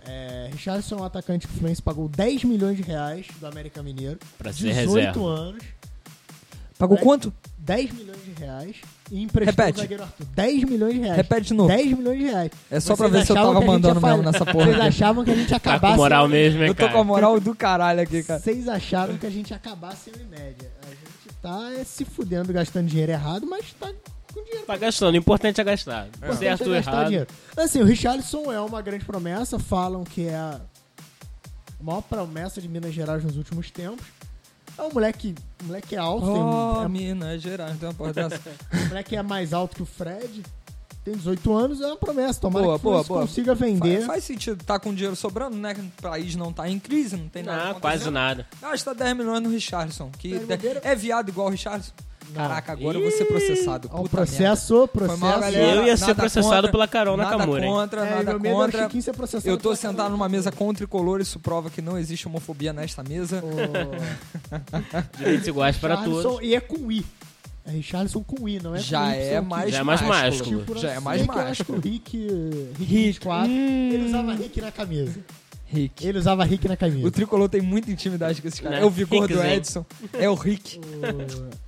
Speaker 3: É, Richarlison é um atacante que o Fluminense pagou 10 milhões de reais do América Mineiro.
Speaker 2: Pra ser
Speaker 3: 18
Speaker 2: reserva.
Speaker 3: anos,
Speaker 1: Pagou
Speaker 3: É.
Speaker 1: quanto?
Speaker 3: 10 milhões de reais e emprestou
Speaker 1: Repete.
Speaker 3: o zagueiro Arthur. 10 milhões de reais.
Speaker 1: Repete de novo.
Speaker 3: 10 milhões de reais.
Speaker 1: É só pra ver se eu
Speaker 3: achavam
Speaker 1: tava
Speaker 3: que a gente
Speaker 1: mandando
Speaker 3: ia falhar.
Speaker 1: mesmo nessa porra
Speaker 3: Vocês
Speaker 1: aqui.
Speaker 3: achavam que a gente ia
Speaker 2: Tá
Speaker 3: acabar
Speaker 2: com moral mesmo, hein,
Speaker 1: Eu tô
Speaker 2: cara?
Speaker 1: com a moral do caralho aqui, cara.
Speaker 3: Vocês acharam que a gente ia acabar sem o média. A gente tá é, se fudendo, gastando dinheiro errado, mas tá com dinheiro.
Speaker 2: Tá gastando, o importante é gastar.
Speaker 3: pra
Speaker 2: Certo ou
Speaker 3: gastar
Speaker 2: errado.
Speaker 3: dinheiro. Assim, o Richarlison é uma grande promessa, falam que é a maior promessa de Minas Gerais nos últimos tempos. É um moleque, um moleque alto, tem um-
Speaker 1: Oh,
Speaker 3: é um
Speaker 1: Minas Gerais, tem uma porra dessa.
Speaker 3: O moleque é mais alto que o Fred, tem 18 anos, é uma promessa. Tomara
Speaker 1: Boa,
Speaker 3: que o
Speaker 1: boa,
Speaker 3: Fluminense
Speaker 1: boa.
Speaker 3: consiga vender.
Speaker 1: Faz, faz sentido, tá com dinheiro sobrando, né? O país não tá em crise, não tem nada.
Speaker 2: Ah, quase
Speaker 1: acontecendo.
Speaker 2: nada.
Speaker 1: Gasta 10 milhões no Richardson, que
Speaker 3: Pera, Bandeira-
Speaker 1: é viado igual o Richardson. Caraca, agora eu vou
Speaker 2: Ah, Ih,
Speaker 1: ser processado. Puta merda.
Speaker 3: Ó, o É um processo,
Speaker 1: Foi mal,
Speaker 3: processo.
Speaker 1: galera.
Speaker 2: Eu ia ser
Speaker 1: Nada
Speaker 2: processado
Speaker 1: contra,
Speaker 2: pela Carol
Speaker 1: nada
Speaker 2: Nakamura, hein?
Speaker 1: contra,
Speaker 3: É,
Speaker 1: nada
Speaker 3: meu medo é o
Speaker 1: contra.
Speaker 3: Chiquinho ser processado
Speaker 1: Eu tô
Speaker 3: pela
Speaker 1: sentado
Speaker 3: Carol.
Speaker 1: numa mesa com o tricolor, isso prova que não existe homofobia nesta mesa.
Speaker 2: Direitos iguais para todos.
Speaker 3: Richarlison, e é com I. É Richarlison com I, não é com
Speaker 1: já,
Speaker 3: Y,
Speaker 1: é
Speaker 3: que
Speaker 1: mais
Speaker 2: Já é mais
Speaker 1: másculo.
Speaker 2: másculo.
Speaker 3: por
Speaker 1: Já é
Speaker 3: assim
Speaker 1: mais Hum.
Speaker 3: que Eu acho que o
Speaker 1: másculo.
Speaker 3: Rick, Rick 24, ele usava Rick na camisa.
Speaker 1: Rick.
Speaker 3: Ele usava Rick na
Speaker 1: O
Speaker 3: camisa.
Speaker 1: tricolor tem muita intimidade com esse cara.
Speaker 2: Né?
Speaker 1: É o vigor do
Speaker 2: Rickzinho.
Speaker 1: Edson. É o Rick.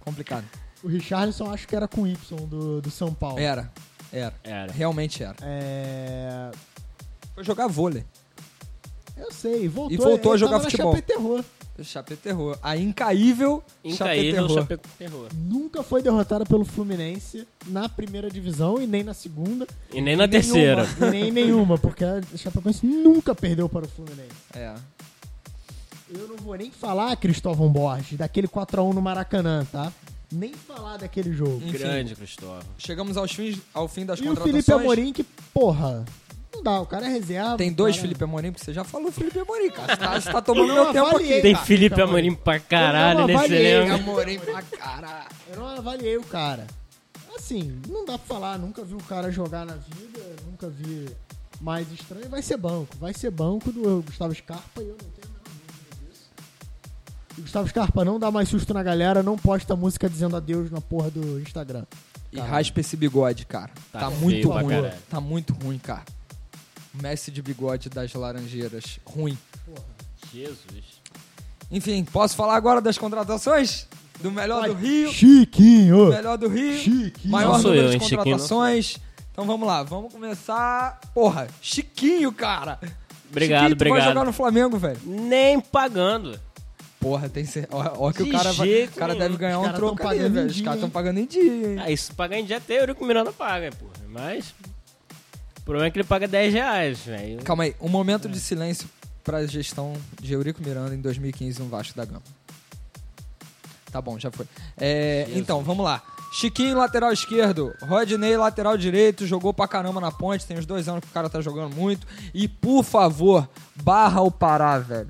Speaker 1: Complicado.
Speaker 3: O Richarlison acho que era com Y do, do São Paulo.
Speaker 1: Era. Era.
Speaker 2: Era.
Speaker 1: Realmente era.
Speaker 3: É,
Speaker 1: Foi jogar vôlei.
Speaker 3: Eu sei, voltou.
Speaker 1: E voltou a
Speaker 3: ele
Speaker 1: jogar
Speaker 3: tava na
Speaker 1: futebol.
Speaker 3: Chapéu e Terror.
Speaker 1: Chapé terror. A incaível,
Speaker 2: Incaível,
Speaker 1: Chapé terror.
Speaker 2: Chapeco Terror.
Speaker 3: Nunca foi derrotada pelo Fluminense na primeira divisão e nem na segunda.
Speaker 2: E nem na terceira.
Speaker 3: Nenhuma, nem nenhuma, porque a Chapecoense nunca perdeu para o Fluminense.
Speaker 1: É.
Speaker 3: Eu não vou nem falar, Cristóvão Borges, daquele 4x1 no Maracanã, tá? Nem falar daquele jogo.
Speaker 1: Enfim.
Speaker 2: Grande, Cristóvão.
Speaker 1: Chegamos aos fins, ao fim das
Speaker 3: E o
Speaker 1: contratações.
Speaker 3: Felipe Amorim, que, porra, não dá, o cara é reserva.
Speaker 1: Tem dois
Speaker 3: cara...
Speaker 1: Felipe Amorim, porque você já falou Felipe Amorim, cara. Você tá, você tá tomando
Speaker 3: Eu
Speaker 1: meu tempo
Speaker 3: avaliei.
Speaker 1: aqui.
Speaker 2: Tem
Speaker 3: cara,
Speaker 2: Felipe
Speaker 1: então,
Speaker 3: Cristóvão.
Speaker 2: Amorim pra
Speaker 3: Eu
Speaker 2: caralho
Speaker 3: não
Speaker 2: nesse
Speaker 3: avaliei,
Speaker 1: Felipe
Speaker 2: elenco.
Speaker 1: Amorim pra caralho.
Speaker 3: Eu não avaliei o cara. Assim, não dá pra falar, nunca vi o cara jogar na vida, nunca vi mais estranho. Vai ser banco, vai ser banco do Gustavo Scarpa e eu não tenho a menor dúvida disso. E Gustavo Scarpa não dá mais susto na galera, não posta música dizendo adeus na porra do Instagram.
Speaker 1: E raspa esse bigode, cara. Tá,
Speaker 2: Tá
Speaker 1: muito
Speaker 2: feio pra
Speaker 1: ruim.
Speaker 2: caralho.
Speaker 1: Tá muito ruim, cara. Messi de bigode das laranjeiras. Ruim.
Speaker 2: Jesus.
Speaker 1: Enfim, posso falar agora das contratações? Do melhor do Rio.
Speaker 3: Chiquinho!
Speaker 1: Melhor do Rio.
Speaker 3: Chiquinho.
Speaker 1: Maior
Speaker 2: Não sou
Speaker 1: número
Speaker 2: eu,
Speaker 1: de
Speaker 2: hein, Chiquinho, não sou
Speaker 1: contratações. Então vamos lá, vamos começar. Porra, Chiquinho, cara.
Speaker 2: Obrigado,
Speaker 1: Chiquinho, tu vai
Speaker 2: obrigado.
Speaker 1: jogar no Flamengo, velho.
Speaker 2: Nem pagando.
Speaker 1: Porra, tem ser. Ó, ó que o
Speaker 2: De
Speaker 1: cara vai. O
Speaker 2: jeito
Speaker 1: cara
Speaker 2: nenhum.
Speaker 1: deve ganhar
Speaker 3: Os
Speaker 1: um
Speaker 3: caras
Speaker 1: troco
Speaker 3: tão
Speaker 1: ali,
Speaker 3: pagando em
Speaker 1: velho. Os
Speaker 3: dia,
Speaker 1: caras
Speaker 3: hein?
Speaker 1: estão pagando em dia, hein?
Speaker 2: Ah, isso pagar em dia até Eurico Miranda paga, porra. Mas o problema é que ele paga 10 reais, velho.
Speaker 1: Calma aí, um momento de silêncio pra gestão de Eurico Miranda em 2015 no Vasco da Gama. Tá bom, já foi. É, então, vamos lá. Chiquinho, lateral esquerdo. Rodney, lateral direito. Jogou pra caramba na ponte. Tem uns dois anos que o cara tá jogando muito. E, por favor, barra o Pará, velho.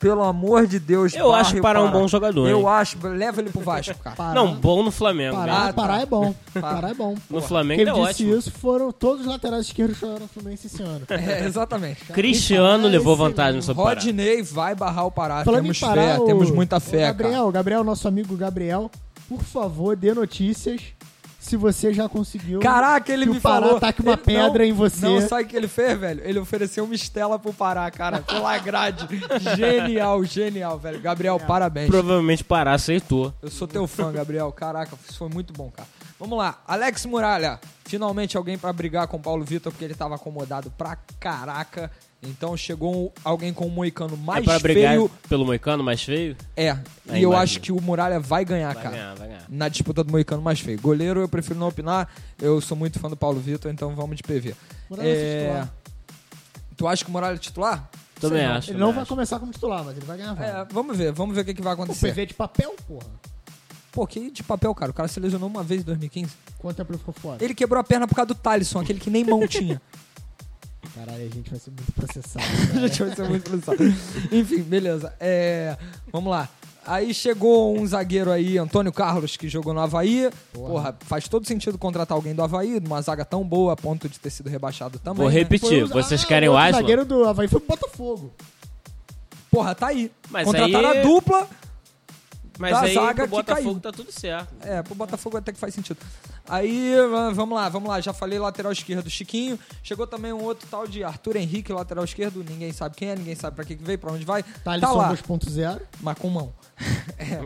Speaker 1: Pelo amor de Deus,
Speaker 2: Eu
Speaker 1: barra
Speaker 2: acho
Speaker 1: o
Speaker 2: Pará um bom jogador,
Speaker 1: Eu
Speaker 2: hein?
Speaker 1: acho. Leva ele pro Vasco, cara.
Speaker 3: Pará,
Speaker 2: Não, bom no Flamengo,
Speaker 3: Pará,
Speaker 1: Ah,
Speaker 2: velho.
Speaker 1: tá.
Speaker 3: Pará é bom.
Speaker 1: Pará.
Speaker 3: Pará é bom.
Speaker 2: No
Speaker 3: Quem
Speaker 2: Flamengo
Speaker 1: tá
Speaker 3: disse
Speaker 2: é ótimo.
Speaker 3: isso foram todos os laterais esquerdos que jogaram no Fluminense esse ano.
Speaker 1: É, exatamente.
Speaker 2: Cristiano
Speaker 3: Pará é
Speaker 2: levou
Speaker 3: excelente.
Speaker 2: vantagem sobre o Pará.
Speaker 1: Rodney vai barrar o Pará.
Speaker 3: Falando
Speaker 1: Ah, temos
Speaker 3: em Pará,
Speaker 1: fé,
Speaker 3: o-
Speaker 1: temos muita
Speaker 3: o
Speaker 1: fé,
Speaker 3: Gabriel,
Speaker 1: cara.
Speaker 3: Gabriel, nosso amigo Gabriel, por favor, dê notícias se você já conseguiu.
Speaker 1: Caraca, ele
Speaker 3: que
Speaker 1: me
Speaker 3: o Pará
Speaker 1: falou.
Speaker 3: ataque uma
Speaker 1: Ele-
Speaker 3: pedra
Speaker 1: não,
Speaker 3: em você.
Speaker 1: Não, sabe o que ele fez, velho? Ele ofereceu uma estela pro Pará, cara, pela grade. genial, genial, velho. Gabriel, parabéns.
Speaker 2: Provavelmente Pará aceitou. É
Speaker 1: Eu sou teu fã, Gabriel. Caraca, isso foi muito bom, cara. Vamos lá. Alex Muralha. Finalmente alguém pra brigar com o Paulo Vitor, porque ele tava acomodado pra caraca. Então chegou um- alguém com um moicano mais
Speaker 2: é pra brigar
Speaker 1: feio.
Speaker 2: pelo Moicano mais feio?
Speaker 1: É,
Speaker 2: Aí
Speaker 1: e eu
Speaker 2: imagina.
Speaker 1: acho que o Muralha vai ganhar,
Speaker 2: Vai
Speaker 1: Ah, cara.
Speaker 2: ganhar, vai ganhar.
Speaker 1: na disputa do Moicano mais feio. Goleiro, eu prefiro não opinar. Eu sou muito fã do Paulo Vitor, então vamos de PV.
Speaker 3: Muralha é titular.
Speaker 1: Tu acha que o Muralha é titular?
Speaker 2: Também
Speaker 3: Sei não,
Speaker 2: acho.
Speaker 3: Ele
Speaker 2: também
Speaker 3: não vai
Speaker 2: acho.
Speaker 3: começar como titular, mas ele vai ganhar.
Speaker 1: É,
Speaker 3: vaga.
Speaker 1: vamos ver, vamos ver o que, que vai
Speaker 3: o
Speaker 1: acontecer.
Speaker 3: PV é de papel, porra.
Speaker 1: Pô, que de papel, cara. O cara se lesionou uma vez em 2015.
Speaker 3: Quanto tempo ele ficou fora?
Speaker 1: Ele quebrou a perna por causa do Talisson, aquele que nem mão tinha.
Speaker 3: Caralho, a gente vai ser muito processado.
Speaker 1: A gente vai ser muito processado. Enfim, beleza. É, vamos lá. Aí chegou um zagueiro aí, Antônio Carlos, que jogou no Havaí. Porra, faz todo sentido contratar alguém do Havaí, uma zaga tão boa a ponto de ter sido rebaixado também.
Speaker 2: Vou
Speaker 1: né?
Speaker 2: repetir,
Speaker 3: Foi o-
Speaker 2: Tipo, vocês
Speaker 3: Ah,
Speaker 2: querem o
Speaker 3: outro
Speaker 2: Aslan?
Speaker 3: zagueiro do Havaí foi pro Botafogo.
Speaker 1: Porra, tá aí.
Speaker 2: Mas
Speaker 1: Contrataram
Speaker 2: aí-
Speaker 1: a dupla.
Speaker 2: Mas
Speaker 1: da
Speaker 2: aí
Speaker 1: zaga
Speaker 2: pro
Speaker 1: que
Speaker 2: Botafogo
Speaker 1: caiu.
Speaker 2: tá tudo certo.
Speaker 1: É, pro Botafogo até que faz sentido. Aí, ah, vamos lá, vamos lá. Já falei lateral esquerdo, Chiquinho. Chegou também um outro tal de Arthur Henrique, lateral esquerdo. Ninguém sabe quem é, ninguém sabe pra que que veio, pra onde vai. Tá,
Speaker 3: Thalisson
Speaker 1: lá.
Speaker 3: 2.0.
Speaker 1: mas com mão. É.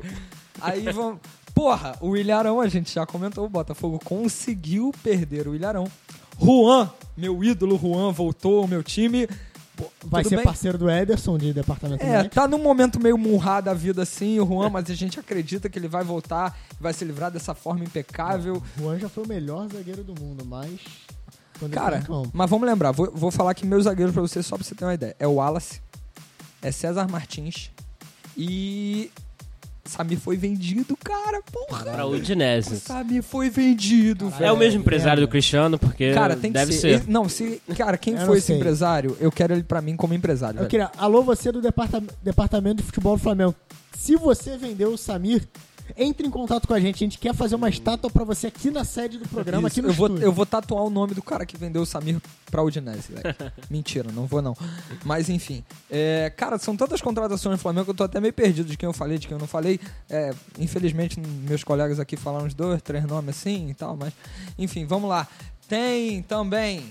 Speaker 1: Aí vamos. Porra, o Ilharão, a gente já comentou, o Botafogo conseguiu perder o Ilharão. Juan, meu ídolo Juan, voltou ao meu time. Pô,
Speaker 3: Vai
Speaker 1: tudo
Speaker 3: ser
Speaker 1: bem?
Speaker 3: parceiro do Ederson de departamento
Speaker 1: É,
Speaker 3: médico.
Speaker 1: tá num momento meio murrado da vida assim, o Juan, mas a gente acredita que ele vai voltar, vai se livrar dessa forma impecável.
Speaker 3: Juan já foi o melhor zagueiro do mundo, mas. Quando
Speaker 1: Cara,
Speaker 3: ele tá em campo.
Speaker 1: mas vamos lembrar, vou, vou falar aqui meus zagueiros pra você só pra você ter uma ideia. É o Wallace, é César Martins e. Samir foi vendido, cara, porra!
Speaker 2: Pra
Speaker 1: O
Speaker 2: Udinese.
Speaker 1: Samir foi vendido, velho.
Speaker 2: É o mesmo empresário do Cristiano, porque
Speaker 1: Cara, tem que
Speaker 2: deve
Speaker 1: ser.
Speaker 2: ser.
Speaker 1: Ele- Não, se. Cara, quem
Speaker 3: Eu não
Speaker 1: foi esse
Speaker 3: sei. É
Speaker 1: empresário, eu quero ele pra mim como empresário.
Speaker 3: Eu
Speaker 1: velho.
Speaker 3: queria. né? Alô, você do departa- departamento de futebol do Flamengo. Se você vendeu o Samir, entre em contato com a gente. A gente quer fazer uma estátua pra você aqui na sede do programa,
Speaker 1: Hum. Isso,
Speaker 3: aqui no
Speaker 1: eu, vou,
Speaker 3: estúdio.
Speaker 1: eu vou tatuar o nome do cara que vendeu o Samir pra Udinese, velho. Mentira, não vou não. Mas enfim. é, cara, são tantas contratações no Flamengo que eu tô até meio perdido de quem eu falei, de quem eu não falei. É, infelizmente, meus colegas aqui falaram uns dois, três nomes assim e tal, mas. Enfim, vamos lá. Tem também.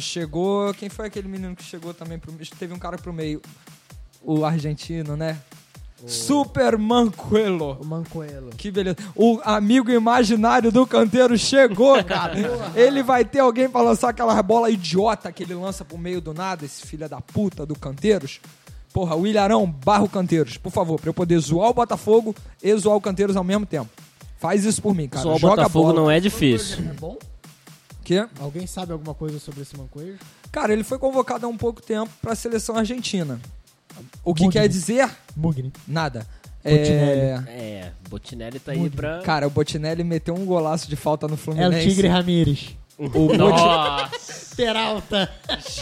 Speaker 1: Chegou. Quem foi aquele menino que chegou também pro Teve um cara pro meio. O argentino, né? Super Manquelo.
Speaker 3: O Mancoelo.
Speaker 1: Que beleza. O amigo imaginário do canteiro chegou, cara. ele vai ter alguém pra lançar aquela bola idiota que ele lança pro meio do nada, esse filho da puta do Canteiros. Porra, o Ilharão, barra o Canteiros, por favor, pra eu poder zoar o Botafogo e zoar o Canteiros ao mesmo tempo. Faz isso por mim, cara.
Speaker 2: Só o
Speaker 1: Joga
Speaker 2: Botafogo
Speaker 1: a bola.
Speaker 2: não é difícil.
Speaker 3: É bom?
Speaker 1: Que?
Speaker 3: Alguém sabe alguma coisa sobre esse Mancoelo?
Speaker 1: Cara, ele foi convocado há um pouco tempo pra seleção argentina. O que
Speaker 3: Bom
Speaker 1: quer
Speaker 3: dia.
Speaker 1: dizer?
Speaker 3: Mugni.
Speaker 1: Nada.
Speaker 3: Botinelli.
Speaker 2: É, Botinelli tá aí pra.
Speaker 1: É... Cara, o Botinelli meteu um golaço de falta no
Speaker 3: É o
Speaker 1: Fluminense.
Speaker 3: Tigre Ramírez.
Speaker 2: Nossa,
Speaker 3: Peralta.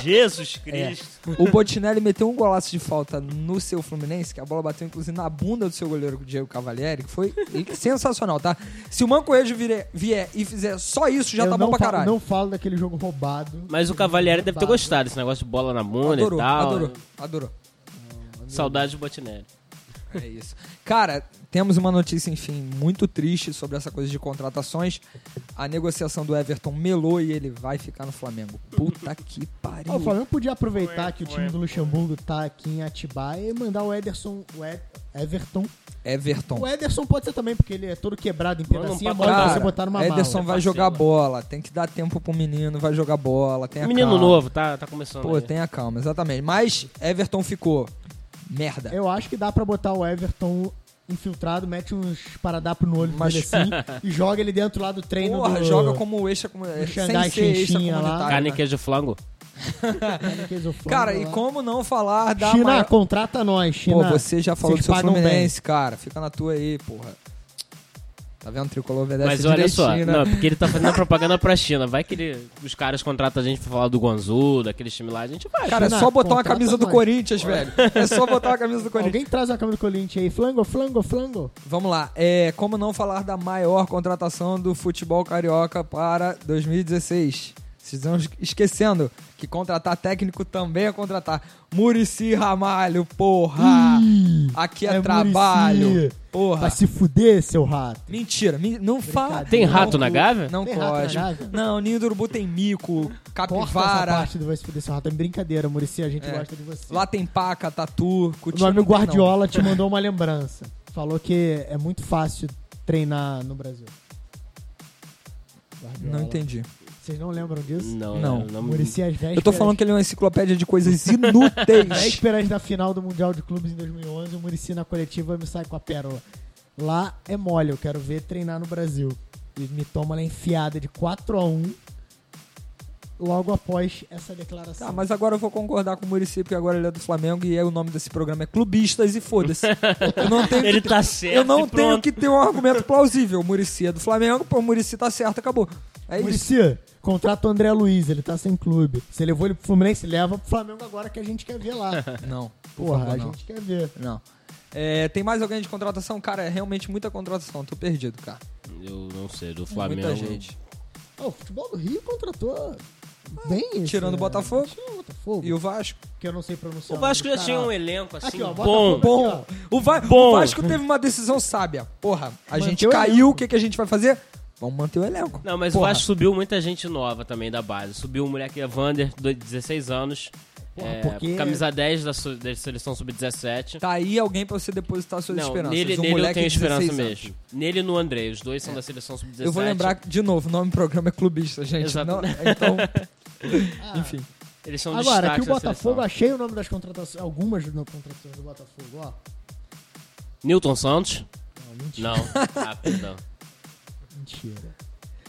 Speaker 2: Jesus
Speaker 1: É.
Speaker 2: Cristo.
Speaker 1: O Botinelli meteu um golaço de falta no seu Fluminense, que a bola bateu inclusive na bunda do seu goleiro Diego Cavalieri, que foi sensacional, tá? Se o Mancoejo vire- vier e fizer só isso, já
Speaker 3: eu
Speaker 1: tá
Speaker 3: não
Speaker 1: bom pra
Speaker 3: falo-
Speaker 1: caralho.
Speaker 3: não falo daquele jogo roubado.
Speaker 2: Mas o Cavalieri deve ter gostado desse negócio de bola na bunda
Speaker 1: adorou,
Speaker 2: e tal.
Speaker 1: adorou, adorou.
Speaker 2: Saudade do Botinelli.
Speaker 1: É isso. Cara, temos uma notícia, enfim, muito triste sobre essa coisa de contratações. A negociação do Everton melou e ele vai ficar no Flamengo. Puta que pariu.
Speaker 3: Ó, o Flamengo podia aproveitar que o time do Luxemburgo tá aqui em Atibaia e mandar o Ederson. O E- Everton.
Speaker 1: Everton.
Speaker 3: O Ederson pode ser também, porque ele é todo quebrado em pedacinho.
Speaker 2: Manda
Speaker 3: É
Speaker 2: um
Speaker 3: mole pra você
Speaker 1: Cara,
Speaker 3: botar numa
Speaker 1: Ederson
Speaker 3: mala. tá
Speaker 1: vai jogar bola, tem que dar tempo pro menino, vai jogar bola, tem a
Speaker 2: Menino
Speaker 1: calma.
Speaker 2: novo, tá, tá começando.
Speaker 1: Pô,
Speaker 2: aí.
Speaker 1: tenha calma, exatamente. Mas Everton ficou merda.
Speaker 3: Eu acho que dá pra botar o Everton infiltrado, mete uns paradapos no olho
Speaker 1: Mas-
Speaker 3: dele assim e joga ele dentro lá do treino.
Speaker 1: Porra,
Speaker 3: do...
Speaker 1: joga como extra, como,
Speaker 3: Xangai
Speaker 1: sem ser extra
Speaker 3: Xinxinha lá.
Speaker 2: Carne
Speaker 1: comunitário.
Speaker 2: e
Speaker 1: né?
Speaker 2: queijo flango.
Speaker 1: Cara, e como não falar da
Speaker 3: China,
Speaker 1: maior-
Speaker 3: contrata nós, China.
Speaker 1: Pô, você já falou do
Speaker 3: Vocês
Speaker 1: seu
Speaker 3: pagam bem.
Speaker 1: Fluminense, cara. Fica na tua aí, porra. Tá vendo? O tricolor obedece
Speaker 2: Mas olha só,
Speaker 1: direitinho,
Speaker 2: não,
Speaker 1: né?
Speaker 2: porque ele tá fazendo propaganda pra China. Vai que ele- os caras contratam a gente pra falar do Gonzu, daquele time lá, a gente vai.
Speaker 1: Cara, é
Speaker 3: China,
Speaker 1: só botar uma
Speaker 3: contrata
Speaker 1: camisa do
Speaker 3: nós.
Speaker 1: Corinthians, velho. É só botar uma camisa do Corinthians.
Speaker 3: Alguém traz a câmera do Corinthians aí. Flango, flango, flango.
Speaker 1: Vamos lá. É, como não falar da maior contratação do futebol carioca para 2016? Vocês estão esquecendo que contratar técnico também é contratar. Murici Ramalho, porra!
Speaker 3: Ih,
Speaker 1: Aqui é,
Speaker 3: é
Speaker 1: trabalho,
Speaker 3: Muricy.
Speaker 1: porra!
Speaker 3: Vai se fuder, seu rato.
Speaker 1: Mentira, mi- não fala.
Speaker 2: Tem
Speaker 1: Não,
Speaker 2: rato na
Speaker 1: cu-
Speaker 2: Gávea?
Speaker 1: Não
Speaker 3: Tem rato na
Speaker 1: pode.
Speaker 3: Gávea?
Speaker 1: Não, ninho do urubu tem mico,
Speaker 3: Corta essa
Speaker 1: capivara,
Speaker 3: parte do Vai se fuder, seu rato. É brincadeira, Murici. A gente
Speaker 1: É.
Speaker 3: gosta de você.
Speaker 1: lá tem paca, tatu,
Speaker 3: o
Speaker 1: cuti.
Speaker 3: meu
Speaker 1: não
Speaker 3: amigo
Speaker 1: tem, não.
Speaker 3: Guardiola te mandou uma lembrança. Falou que é muito fácil treinar no Brasil. Guardiola.
Speaker 1: Não entendi.
Speaker 3: Vocês não lembram disso?
Speaker 2: Não,
Speaker 1: Não.
Speaker 2: não, não
Speaker 3: Murici às vésperas.
Speaker 1: Eu tô falando que ele é uma enciclopédia de coisas inúteis.
Speaker 3: Vésperas da final do Mundial de Clubes em 2011, o Murici na coletiva me sai com a pérola. Lá é mole, eu quero ver treinar no Brasil. E me toma na enfiada de 4 a 1 logo após essa declaração.
Speaker 1: Tá, mas agora eu vou concordar com o Murici, porque agora ele é do Flamengo e aí o nome desse programa é Clubistas e foda-se. Eu não tenho,
Speaker 2: Ele
Speaker 1: que,
Speaker 2: tá certo.
Speaker 1: eu não
Speaker 2: e
Speaker 1: tenho
Speaker 2: pronto.
Speaker 1: que ter um argumento plausível. O Murici é do Flamengo, pô, o Murici tá certo, acabou. É isso.
Speaker 3: Murici, contrata o André Luiz, ele tá sem clube. Você levou ele pro Fluminense, leva pro Flamengo agora que a gente quer ver lá.
Speaker 1: Não, por
Speaker 3: Porra,
Speaker 1: favor,
Speaker 3: a
Speaker 1: não.
Speaker 3: gente quer ver.
Speaker 1: Não. É, tem mais alguém de contratação? Cara, é realmente muita contratação. Tô perdido, cara.
Speaker 2: Eu não sei, do Flamengo.
Speaker 1: Muita gente.
Speaker 3: Ó, o futebol do Rio contratou bem isso.
Speaker 1: Ah, tirando o
Speaker 3: né?
Speaker 1: Botafogo.
Speaker 3: Tirando o Botafogo.
Speaker 1: E o Vasco?
Speaker 3: Que eu não sei pronunciar.
Speaker 2: O Vasco já
Speaker 3: nome do
Speaker 2: tinha
Speaker 3: cara.
Speaker 2: um elenco assim,
Speaker 3: Aqui, ó,
Speaker 2: bom.
Speaker 3: Botafogo.
Speaker 1: Bom. O, Va-
Speaker 2: Bom.
Speaker 1: o Vasco teve uma decisão sábia. Porra, a
Speaker 3: Manter
Speaker 1: gente
Speaker 3: o
Speaker 1: caiu,
Speaker 3: elenco.
Speaker 1: o que, que a gente vai fazer? Vamos manter o elenco.
Speaker 2: Não, mas o
Speaker 1: Porra.
Speaker 2: Vasco subiu muita gente nova também da base. Subiu o moleque Evander, de 16 anos.
Speaker 3: Porra,
Speaker 2: é,
Speaker 3: porque-
Speaker 2: Camisa 10 da, su- da seleção sub-17.
Speaker 1: Tá aí alguém pra você depositar suas
Speaker 2: Não,
Speaker 1: esperanças.
Speaker 2: nele,
Speaker 1: um
Speaker 2: nele eu
Speaker 1: moleque
Speaker 2: tenho
Speaker 1: de 16
Speaker 2: esperança
Speaker 1: anos.
Speaker 2: mesmo. Nele e no André, os dois são da seleção sub-17.
Speaker 1: Eu vou lembrar, de novo, o nome do programa é Clubista, gente.
Speaker 2: Exato.
Speaker 1: Não- então, enfim.
Speaker 2: Eles são
Speaker 3: Agora, que o
Speaker 2: destaques da
Speaker 3: Botafogo,
Speaker 2: seleção.
Speaker 3: achei o nome das contratações, algumas das contratações do Botafogo, ó.
Speaker 2: Newton Santos?
Speaker 3: Não, mentira.
Speaker 2: Não. Ah, perdão.
Speaker 3: mentira.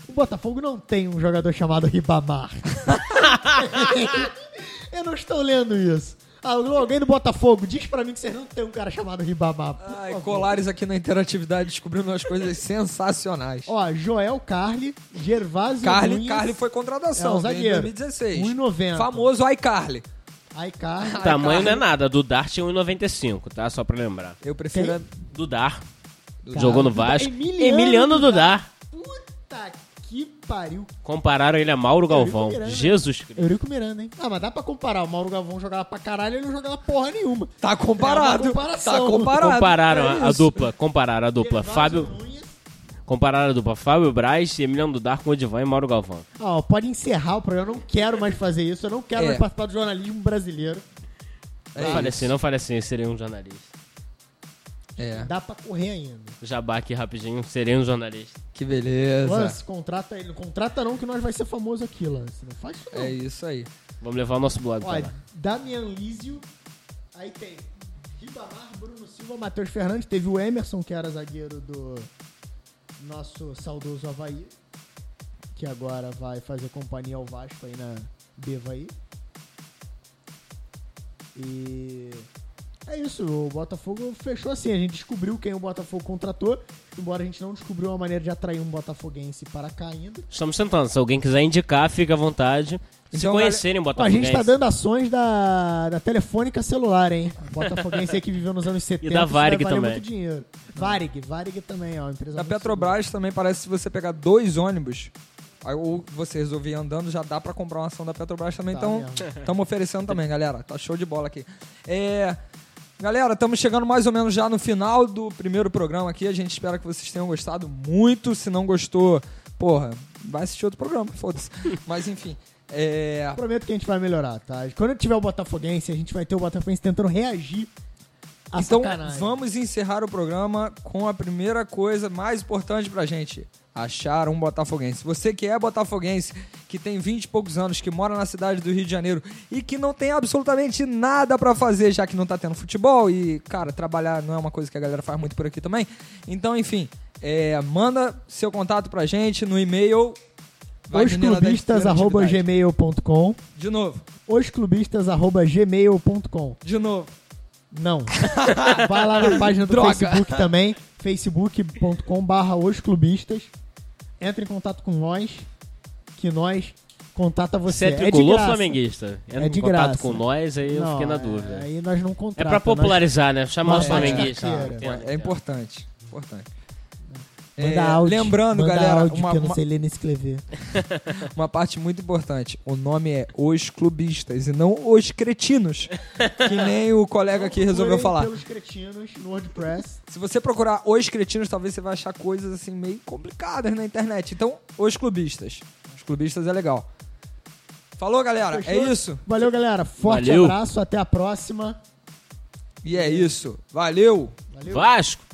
Speaker 3: O Botafogo não tem um jogador chamado Ribamar. eu não estou lendo isso. Algu- Alguém do Botafogo, diz pra mim que vocês não tem um cara chamado Ribamar. Ah, por
Speaker 1: Ai,
Speaker 3: favor.
Speaker 1: Colares aqui na interatividade descobrindo umas coisas sensacionais.
Speaker 3: Ó, Joel Carli, Gervásio
Speaker 1: Carly,
Speaker 3: Nunes,
Speaker 1: Carly foi contratação
Speaker 3: É um
Speaker 1: veio em
Speaker 3: zagueiro.
Speaker 1: 2016.
Speaker 3: 1,90.
Speaker 1: Famoso iCarly.
Speaker 3: Ai, Carli.
Speaker 1: Tá.
Speaker 2: Tamanho não é nada. Dudar tinha 1,95, tá? Só pra lembrar.
Speaker 1: Eu prefiro. a-
Speaker 2: Dudar.
Speaker 3: Tá.
Speaker 1: Dudar.
Speaker 2: Jogou no Vasco.
Speaker 3: Emiliano
Speaker 2: Emiliano Dudar.
Speaker 3: Puta que pariu.
Speaker 2: Compararam ele a Mauro Galvão.
Speaker 3: Miranda.
Speaker 2: Jesus Cristo.
Speaker 3: Eurico Miranda, hein? Ah, mas dá pra comparar. O Mauro Galvão jogava pra caralho e ele não jogava porra nenhuma.
Speaker 1: Tá comparado.
Speaker 3: É
Speaker 1: tá
Speaker 3: uma comparação.
Speaker 1: comparado.
Speaker 2: Compararam a-
Speaker 1: É
Speaker 2: a
Speaker 1: isso.
Speaker 2: dupla. Compararam a dupla. Fábio. Compararam a dupla Fábio Braz e Emiliano Dudar com o Edivan e Mauro Galvão.
Speaker 3: Ó, pode encerrar o programa. Eu não quero mais fazer isso. Eu não quero
Speaker 1: É.
Speaker 3: mais participar do jornalismo brasileiro.
Speaker 1: É
Speaker 2: não
Speaker 1: isso.
Speaker 2: falei assim, não falei assim, seria um jornalista.
Speaker 1: É.
Speaker 3: Dá pra correr ainda.
Speaker 2: Jabá aqui rapidinho, seria um jornalista.
Speaker 1: Que beleza.
Speaker 3: Lance, contrata ele. Contrata não, que nós vai ser famoso aqui, Lance. Não faz isso não.
Speaker 1: É isso aí.
Speaker 2: Vamos levar o nosso blog pra
Speaker 3: Ó,
Speaker 2: lá.
Speaker 3: Damian Lísio. Aí tem Ribamar, Bruno Silva, Matheus Fernandes. Teve o Emerson, que era zagueiro do nosso saudoso Havaí. Que agora vai fazer companhia ao Vasco aí na Bevaí. E. É isso, o Botafogo fechou assim. A gente descobriu quem o Botafogo contratou, embora a gente não descobriu uma maneira de atrair um botafoguense para cá ainda.
Speaker 2: Estamos sentando. Se alguém quiser indicar, fica à vontade. Se
Speaker 1: Então,
Speaker 2: conhecerem,
Speaker 3: Ó, a
Speaker 2: Botafogo.
Speaker 3: gente tá dando ações da, da telefônica celular, hein? Botafoguense aí que viveu nos anos 70.
Speaker 2: E da
Speaker 3: isso vai
Speaker 2: Varig
Speaker 3: valer
Speaker 2: também.
Speaker 3: muito dinheiro. Varig, Varig também, ó. Empresa
Speaker 1: Na
Speaker 3: muito
Speaker 1: Petrobras também parece que se você pegar dois ônibus, aí ou você resolver ir andando, já dá pra comprar uma ação da Petrobras também.
Speaker 3: Tá
Speaker 1: então,
Speaker 3: mesmo.
Speaker 1: estamos oferecendo também, galera. Tá show de bola aqui. É, Galera, estamos chegando mais ou menos já no final do primeiro programa aqui. A gente espera que vocês tenham gostado muito. Se não gostou, porra, vai assistir outro programa, foda-se. Mas enfim, é,
Speaker 3: segura. Prometo que a gente vai melhorar, tá? Quando tiver o Botafoguense, a gente vai ter o Botafoguense tentando reagir à
Speaker 1: Então
Speaker 3: sacanagem.
Speaker 1: vamos encerrar o programa com a primeira coisa mais importante pra gente. Achar um botafoguense. Você que é botafoguense, que tem 20 e poucos anos, que mora na cidade do Rio de Janeiro e que não tem absolutamente nada pra fazer, já que não tá tendo futebol e, cara, trabalhar não é uma coisa que a galera faz muito por aqui também. Então, enfim, é, manda seu contato pra gente no e-mail. Vai, menina, da primeira atividade.
Speaker 3: Osclubistas.gmail.com
Speaker 1: De novo,
Speaker 3: Osclubistas.gmail.com
Speaker 1: de novo.
Speaker 3: Não. Vai lá na página do
Speaker 1: Droga.
Speaker 3: Facebook também, facebook.com barra os clubistas. Entra em contato com nós, que nós contata
Speaker 2: Você
Speaker 3: você.
Speaker 2: é
Speaker 3: de
Speaker 2: tricolor
Speaker 3: graça.
Speaker 2: flamenguista? Entra
Speaker 3: É de
Speaker 2: em contato
Speaker 3: graça.
Speaker 2: com nós, aí eu
Speaker 3: Não,
Speaker 2: fiquei na
Speaker 3: é-
Speaker 2: dúvida.
Speaker 3: Aí nós não
Speaker 2: É
Speaker 3: contratamos.
Speaker 2: pra popularizar, né? Chamar
Speaker 3: Nós-
Speaker 2: os flamenguistas.
Speaker 3: Cara,
Speaker 2: Entendo,
Speaker 1: É
Speaker 2: entendo.
Speaker 1: importante, importante.
Speaker 3: Manda
Speaker 1: É,
Speaker 3: áudio,
Speaker 1: lembrando,
Speaker 3: manda
Speaker 1: galera,
Speaker 3: áudio,
Speaker 1: uma-
Speaker 3: que eu não
Speaker 1: uma-
Speaker 3: sei ler nem escrever.
Speaker 1: Uma parte muito importante. O nome é Os Clubistas e não Os Cretinos, que nem o colega aqui resolveu
Speaker 3: Procurem
Speaker 1: falar.
Speaker 3: Pelos cretinos no WordPress.
Speaker 1: Se você procurar Os Cretinos, talvez você vai achar coisas assim meio complicadas na internet. Então, Os Clubistas. Os Clubistas é legal. Falou, galera. É
Speaker 3: Fechou?
Speaker 1: isso.
Speaker 3: Valeu, galera. Forte
Speaker 2: Valeu.
Speaker 3: abraço, até a próxima.
Speaker 1: E é isso. Valeu.
Speaker 3: Valeu.
Speaker 2: Vasco!